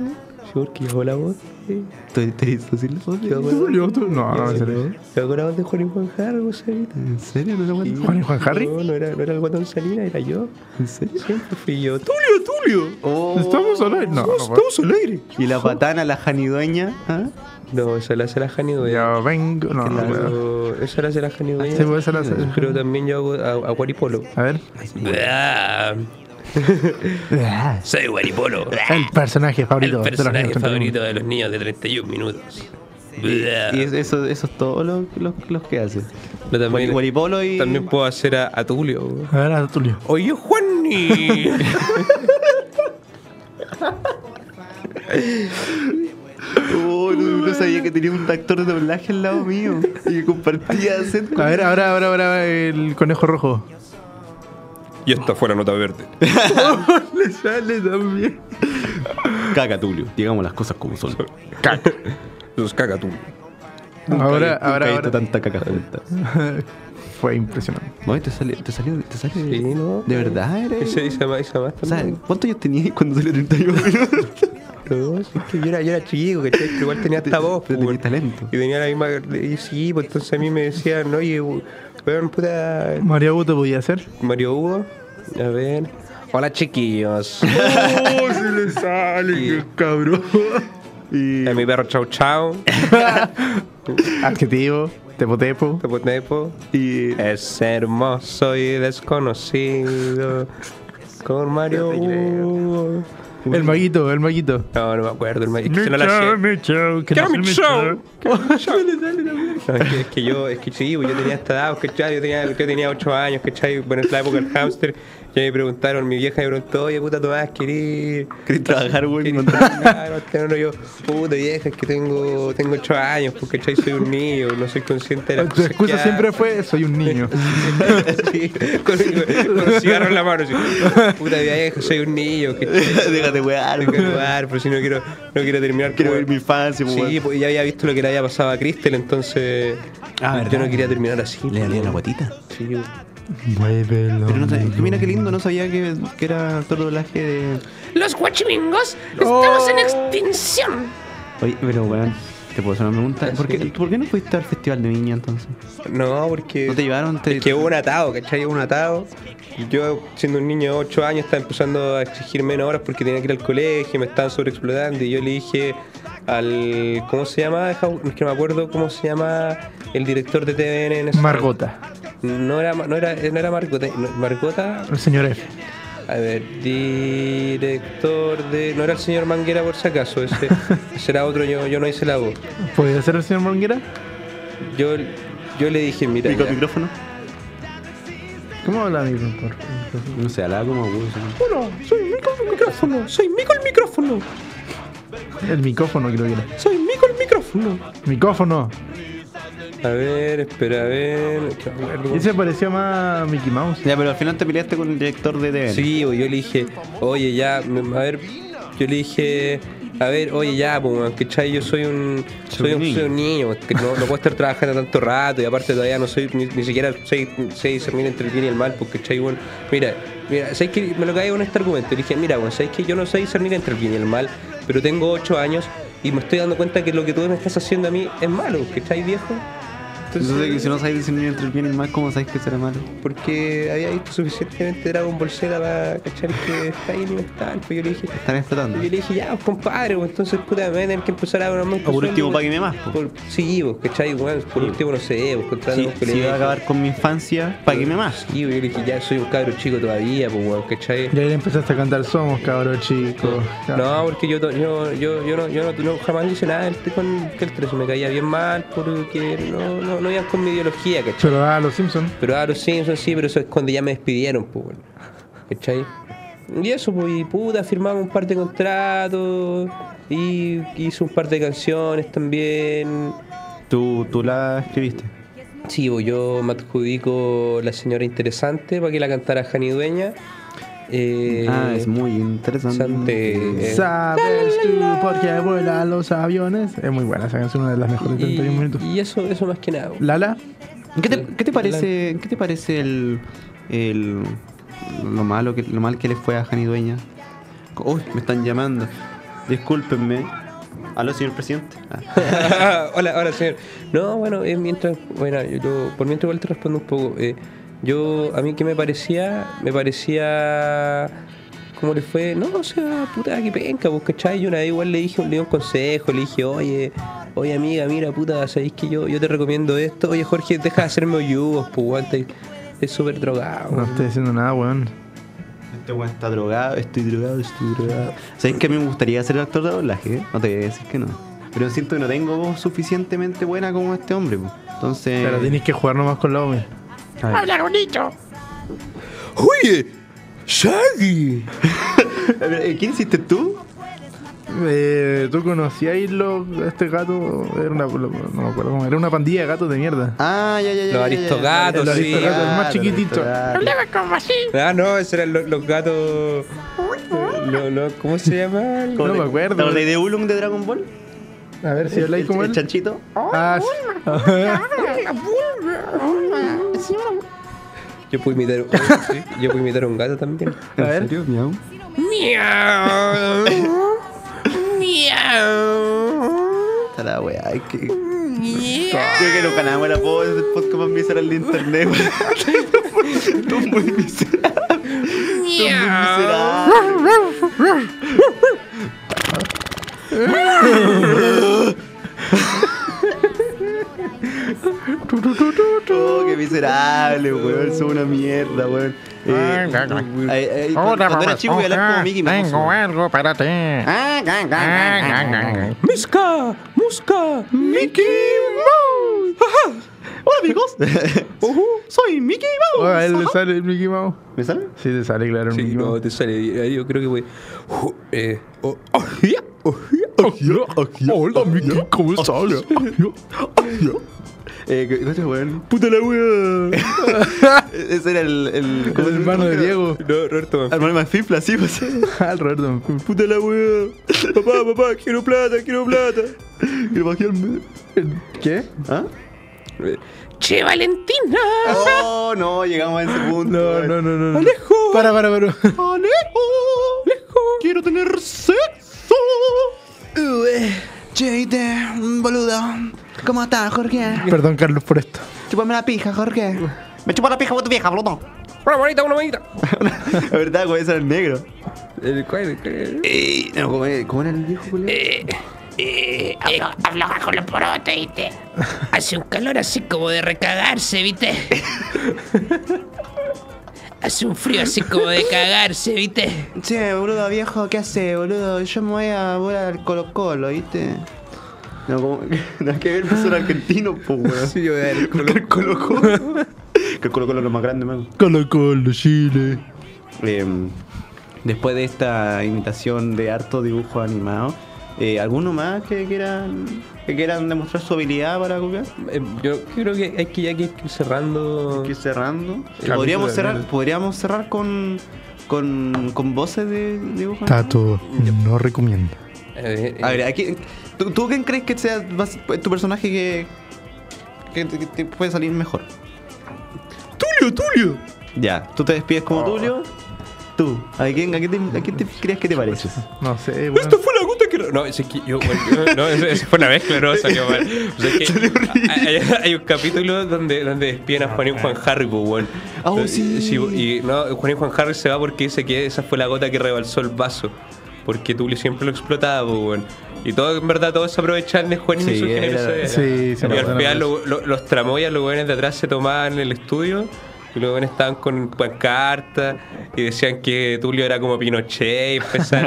B: Porque yo la voz. sí.
A: ¿Te, te hizo así la voz?
C: Tulio, tú- No, no, Ah, en serio.
B: Yo con la voz de Juan y Juan Jara, vos sabés.
A: ¿En serio? ¿No lo aguantas?
C: Juan y Juan Harry.
B: No, no era, no era el guatón Salinas, era yo.
A: ¿En serio?
B: Siempre fui yo. Tulio, Tulio.
A: Oh.
C: Estamos al aire. No, no,
B: Estamos al aire.
A: ¿Y la patana, la janidueña? ¿Ah?
B: No, esa la hace la Jani Dueña.
C: ya vengo. No, no, puedo.
B: Pero Esa la hace la Jani Dueña.
C: Sí, pues, esa la hace-
B: Pero también yo hago a, a Guaripolo.
C: A [LAUGHS] ver.
B: Ah, Soy Guaripolo.
C: El personaje favorito. de los niños con talento.
B: de los niños de 31 minutos.
A: Y es- eso, eso es todo lo, lo- lo que hace.
B: Pero
A: Guari-
B: también,
A: Guaripolo y.
B: también puedo hacer a, a Tulio. weón.
C: A ver, a Tulio.
B: Oye, Juanny. [LAUGHS]
A: Oh, no, no sabía que tenía un actor de doblaje al lado mío. Y que compartía set con-
C: A ver, ahora, ahora, ahora el conejo rojo.
B: y esta fue la nota verde.
C: Le sale también.
A: Caca, Tulio. Digamos las cosas como son.
B: Los caga Tulio.
C: Ahora,
A: Nunca
C: ahora,
A: he visto
C: ahora.
A: tanta caca junta.
C: Fue impresionante.
A: Oye, te salió, te salió, te salió.
B: Sí, ¿no?
A: ¿De verdad
B: Y
A: eres?
B: se dice más, dice más
A: O sea,
B: también.
A: ¿cuántos años tenías cuando salió 31
C: [LAUGHS]
A: minutos?
B: No, es que yo era, yo era chico, que igual tenía esta voz.
A: Pero
B: weón.
A: tenías talento.
B: Y tenía la misma. Y sí, pues entonces a mí me decían, oye, weón, puta.
C: María Buto podía ser.
B: Mario Hugo. A ver. Hola, chiquillos.
C: ¡Oh, se le sale! ¡Qué cabrón!
A: Y...
B: a mi perro, chau, chau.
C: Adjetivo, tepo-tepo.
B: Tepotepo.
A: y
B: Pues, Es hermoso y desconocido. Con Mario Hugo.
C: El maguito, el maguito.
B: No, no me acuerdo, el maíz. Es que yo no la sé.
C: show,
B: ¡Quiero mi [LAUGHS] show! No, es, que, es que yo, es que sí, pues yo tenía esta edad, ¿cachai? Yo tenía, yo tenía 8 años, ¿cachai? Bueno, en la época del hámster, ya me preguntaron, mi vieja me preguntó, oye, puta, Tomás, ¿querís
A: ¿Querés trabajar, güey?
B: ¿Querís trabajar? No, no, yo, puta, vieja, es que tengo, tengo 8 años, pues, ¿cachai? Soy un niño, no soy consciente de las
C: Ah, Tu
B: cosas
C: excusa
B: que
C: siempre
B: hago".
C: fue, soy
B: [LAUGHS]
C: un niño.
B: Sí, con, con un cigarro en la mano, así, puta, vieja, soy un niño,
A: [LAUGHS] [LAUGHS]
B: ¿cachai?
A: Déjate wear,
B: Tengo que
A: weón.
B: jugar, pero si no quiero, no quiero terminar pues".
A: Quiero
B: como-
A: ver mi infancia, weón.
B: Sí, pues ya había visto lo que le había pasado a Cristel, entonces
A: Ah,
B: yo
A: ¿verdad?
B: no quería terminar así.
A: Le daría la guatita.
B: Sí, güey.
C: Muévelo.
A: Pero no sabía- mira qué lindo, no sabía que, que era todo doblaje de.
D: Los guachimingos estamos en extinción.
A: Oye, pero weón, te puedo hacer una pregunta. ¿Por qué, ¿Por qué no fuiste al festival de Viña entonces?
B: No, porque
A: ¿No te llevaron? Te-
B: es que hubo un atado, ¿cachai? Hubo un atado. Yo, siendo un niño de 8 años, estaba empezando a exigir menos horas porque tenía que ir al colegio, me estaban sobreexplotando. Y yo le dije al. ¿Cómo se llama? Es que no me acuerdo cómo se llama el director de TVN en ese-
C: Margota,
B: No era, no era, no era Margota. no, Margota.
C: el señor F.
B: A ver, director de. No era el señor Manguera por si acaso, ese, ese era otro, yo, yo no hice la voz.
C: ¿Podría ser el señor Morguera?
B: Yo, yo le dije, mira.
A: ¿Y con
B: ya.
A: micrófono?
C: ¿Cómo habla mi pintor?
A: No sé, hablaba como
B: Bueno, soy Mico el micrófono, soy Mico el micrófono,
C: El micrófono creo que era.
B: soy Mico el micrófono.
C: Micrófono.
B: A ver, espera, a ver. que me acuerdo.
C: Y se parecía más a Mickey Mouse.
A: Ya, pero al final te peleaste con el director de TVN.
B: Sí, pues, yo le dije, oye, ya, me- a ver, yo le dije, a ver, oye, ya, pues, weón, ¿cachai? Yo soy un, soy un, soy un niño, que no, no puedo estar trabajando tanto rato y aparte todavía no soy, ni, ni siquiera sé, sé discernir entre el bien y el mal, porque, ¿cachai? Bueno, mira, mira, ¿sabes que Me lo caí con este argumento, le dije, mira, bueno, ¿sabes que Yo no sé discernir entre el bien y el mal, pero tengo 8 años y me estoy dando cuenta que lo que tú me estás haciendo a mí es malo, ¿cachai, viejo?
A: Entonces, que si no sabes discernir entre el bien y el mal, ¿cómo sabes que será malo?
B: Porque había visto suficientemente Dragon Ball Z para cachar que está ahí no está. Pues yo le dije,
A: Están explotando.
B: yo le dije, ya, pues, compadre, pues, entonces puta, me voy a tener que empezar a ganar más.
A: O por último,
B: sueldo,
A: págueme más, pues. po.
B: Por, sí, vos, cachai, weón, por último, no sé, pues, vos, contrato
A: Si,
B: un
A: si
B: colegio.
A: iba a acabar con mi infancia, págueme más.
B: Sí, pues, yo le dije, ya, soy un cabro chico todavía, pues, weón, cachai.
C: Y ahí le empezaste a cantar Somos, cabros chicos.
B: No, porque yo, to- yo, yo, yo, no, yo no, no- jamás hice nada del- con el 13, me caía bien mal porque no, no, no iban con mi ideología, cachai.
C: Se lo daba a los Simpsons.
B: Pero ah, los Simpsons sí, pero eso es cuando ya me despidieron, pues, bueno. ¿Cachai? Y eso, pues, y puta, firmamos un par de contratos y hice un par de canciones también.
A: Tú, tú la escribiste.
B: Sí, pues, yo me adjudico La Señora Interesante para que la cantara Jani Dueña. Eh,
A: ah, es muy
B: interesante.
A: interesante.
B: Eh,
C: ¿Sabes tú por qué vuelan los aviones? Es muy buena esa canción, una de las mejores de
B: y,
C: 31 minutos.
B: y eso, eso más que nada. pues.
C: Lala,
A: ¿Qué te, qué te
B: eh,
A: parece, qué te parece el, el lo malo que lo mal que le fue a Jani Dueña? Uy, me están llamando. Discúlpenme. Aló, señor presidente. Ah.
B: [LAUGHS] hola, hola, señor. No, bueno, eh, mientras, bueno, yo, yo- por mientras igual te respondo un poco. Eh, yo, a mí que me parecía, me parecía, ¿cómo le fue? No, o sea, puta, que penca, pues, ¿cachai? Yo una vez igual le dije, le di un consejo, le dije, oye, oye, amiga, mira, puta, ¿sabéis que yo, yo te recomiendo esto? Oye, Jorge, deja de hacerme hoyugos, pues, guante, es súper drogado.
C: no estoy diciendo nada, weón.
A: Este weón está drogado, estoy drogado, estoy drogado. ¿Sabes que a mí me gustaría ser actor de doblaje? eh? No te voy a decir que no. Pero siento que no tengo voz suficientemente buena como este hombre. po. Entonces.
C: Pero tienes que jugar nomás con la E. OMI.
D: Habla bonito.
B: Oye, Shaggy.
A: A ver, [LAUGHS] eh, ¿Quién hiciste tú?
C: Eh, ¿Tú conocías lo, este gato? Era una, lo- no me acuerdo cómo, era una pandilla de gatos de mierda.
A: Ah, ya, ya, ya. ya,
B: Los
A: ya, ya.
B: aristogatos,
A: Los
B: sí.
A: aristogatos,
C: El más chiquitito.
A: aristogatos.
D: Hablaba como así.
B: Ah, no, esos eran los, los gatos. No, no, ¿Cómo se llama?
C: No me acuerdo.
A: ¿Te acordás de Ulung de Dragon Ball?
C: A ver si habláis
A: el,
C: como
A: el
C: él.
A: chanchito.
C: Ah, sí. [LAUGHS]
B: Yo puedo [LAUGHS] imitar un gato, Yo puedo imitar un gato también.
C: A ver.
A: miau?
D: Miau. Miau.
A: Está la weá. ay, que- Creo
D: Miau.
A: que lo ganamos era po- el podcast más miserable de internet. [LAUGHS]
B: [LAUGHS]
A: weón. Tú muy miserable.
D: Miau.
A: Oh, qué miserable. miserable, weón. Son una mierda, weón. Eh, ay, ay, cuando
E: Hola,
A: cuando
E: mamá.
A: era chico voy a hablar como Mickey Mouse.
E: Tengo
A: weón.
E: algo para ti.
A: Ah, gan, gan, gan, gan, gan.
B: ¡Misca! ¡Musca!
A: Mickey Mouse. Ajá. Hola [LAUGHS] amigos. Ujú, Soy Mickey Mouse.
C: Oh, a él le
A: Ajá.
C: sale el Mickey Mouse.
A: ¿Me sale?
C: Sí, le sale, claro, el
B: Sí,
C: Mickey
B: no,
C: Mouse.
B: te sale. Yo- Yo creo que voy. Ju- eh, oh, oh, ya, oh, ya.
E: Hola, Mickey, ¿cómo estás?
A: Eh, ¿qué- ¿Cómo se llama, weón?
B: ¡Puta la wea!
A: [LAUGHS] Ese era el. El, ¿cómo
C: El
A: se-
C: hermano
A: cómo
C: de
A: se llama?
C: [LAUGHS] Diego.
B: No, Roberto.
A: Hermano más fifla, sí, pues.
C: Al Roberto.
A: [LAUGHS] Puta la weá. Papá, papá, quiero plata, quiero plata. [LAUGHS] Quiero bajarme.
C: ¿Qué?
A: [LAUGHS] ¿Ah?
D: Che, Valentina.
A: Oh, no, llegamos a ese punto.
C: No,
A: weón.
C: no, no, no. no.
B: ¡Alejo!
C: Para, para, para.
A: Alejo, quiero tener sexo. Cheite, boludo. ¿Cómo estás, Jorge?
C: [LAUGHS] Perdón, Carlos, por esto.
A: Chupame la pija, Jorge. Uh, Me chupa la pija con tu vieja, [LAUGHS] boludo.
B: ¡Una bonita, una bonita!
A: La verdad, güey, ese era el negro.
B: El cual, el cual-
A: Ey, no, ¿cómo, era- cómo era el viejo, boludo?
D: Hablo, hablo Eh, bajo los porotes, ¿viste? Hace un calor así como de recagarse, ¿viste? Hace un frío así como de cagarse, ¿viste?
A: Che, boludo, viejo, ¿qué hace, boludo? Yo me voy a volar al Colo-Colo, ¿viste? No, como. Nada que [LAUGHS] ver, pues son argentinos, pues, weón.
B: Sí, yo voy a dar el
A: Porque el Colo-Colo. [LAUGHS] que el Colo-Colo es lo más grande, man.
C: Colo Colo, Chile.
A: Eh, después de esta imitación de harto dibujo animado, eh, ¿alguno más que quieran, que quieran demostrar su habilidad para copiar?
B: Eh, Yo yo creo que hay que ya que ir cerrando.
A: Hay que ir cerrando. Eh,
B: Capítulo
A: podríamos
B: de
A: cerrar,
B: Nerd.
A: podríamos cerrar con, con, con voces de dibujo animado.
C: Tato no recomienda.
B: Eh, eh,
A: A ver, aquí, ¿tú, tú quién crees que sea vas- tu personaje que, que, te- que te puede salir mejor?
C: ¡Tulio, Tulio!
A: Ya, tú te despides como Tulio. Tú, ¿a quién, a quién te, a quién te crees que te pareces?
C: No sé, weón.
B: Esto fue la gota que. No, es que yo. bueno, yo- no, eso, eso fue una mezcla, no, salió mal. O sea, es
C: [LAUGHS]
B: que hay, hay- hay un capítulo donde, donde despiden
A: Ah,
B: a Juan y Juan Harry, pues, weón.
C: Ah,
A: Oh,
B: Y-
A: sí.
B: Y no, Juan y Juan Harry se va porque dice que esa fue la gota que rebalsó el vaso. Porque Tulio siempre lo explotaba, pues, weón. Y todo, en verdad, todos se aprovechaban de Juan y
A: Sí,
B: de su
A: era-
B: generosidad.
C: sí, se
B: Y al
C: pasaron
B: final,
C: de
B: lo- lo- los tramoyas, los weones de atrás se tomaban el estudio. Y los weones estaban con pancartas y decían que Tulio era como Pinochet y empezaban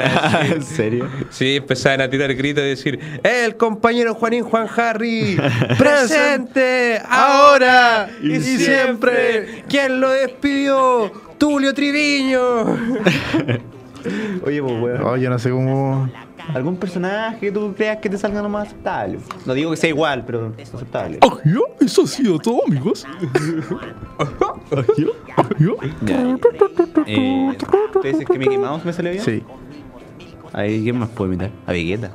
A: [LAUGHS]
B: a decir
A: ¿En serio?
B: Sí, empezaban a tirar gritos y decir, el compañero Juanín Juan Harry, [LAUGHS] presente, ahora Ah, y,
A: Y
B: siempre. ¿Quién lo despidió? Tulio [LAUGHS] Triviño.
A: Oye, pues, weón.
C: Oh, yo no sé cómo.
A: ¿Algún personaje que tú creas que te salga lo más aceptable? No digo que sea igual, pero aceptable.
E: Yo, Ah, eso ha sido todo, amigos.
A: Eh, ¿Tú dices que Mickey Mouse me salió bien?
C: Sí.
A: Ahí, ¿quién más puede imitar? A Vegeta.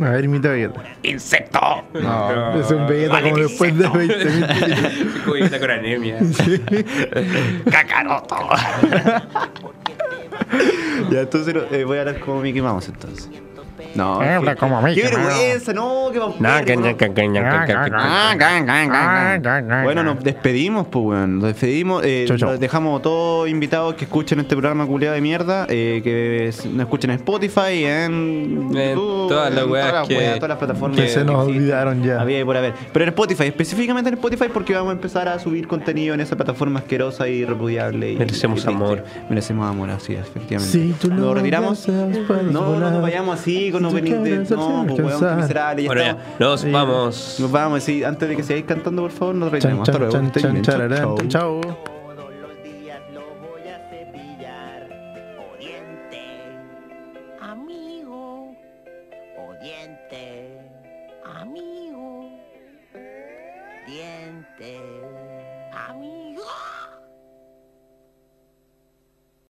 C: A ver, imita a Vegeta.
D: Insecto.
C: No, es un Vegeta
D: Vale,
C: como después de 20.000
B: Cubierta con anemia.
D: Cacaroto.
A: Ya, entonces eh, voy a hablar como Mickey Mouse, entonces. No.
E: Habla
A: qué-
E: como
A: ¡Qué
E: Mickey Mouse.
A: vergüenza! No, qué vamos
B: No, que- que- que- que- que-
E: Ah,
C: Ah,
A: Bueno, nos despedimos, pues, weón. Nos despedimos. Eh,
C: Chau, chau.
A: Los dejamos a todos invitados que escuchen este programa culiado de mierda. eh, que s- nos escuchen en Spotify, en.
B: En Eh, todas las
A: en
B: weas
A: todas las
B: que-
A: weas, todas las plataformas.
C: Que se nos
A: existen.
C: olvidaron ya.
A: Había ahí por haber. Pero en Spotify, específicamente en Spotify, porque vamos a empezar a subir contenido en esa plataforma asquerosa y repudiable. y-
B: Merecemos
A: y triste.
B: amor.
A: Merecemos amor, así, es, efectivamente.
C: Sí, tú
A: nos
C: lo
A: retiramos.
C: deseas, puedes
A: No, no
C: volar.
A: nos vayamos así con
C: Si
A: los
C: tú
A: penitentes.
C: quieres
A: No, pues, weón, qué
C: alcanzar.
A: miserable. Ya
B: Bueno,
A: estamos.
B: ya, nos vamos.
A: Nos vamos, sí, antes de que sigáis cantando, por favor, nos
C: Chan,
A: retiramos. Hasta
C: chan,
A: luego.
C: chan,
A: Estén
C: chan,
A: bien. Chau,
C: chararán.
A: chau.
C: Chao.
F: Todos los días lo voy a cepillar. Odiente,
D: Amigo,
F: odiente,
D: amigo.
F: diente.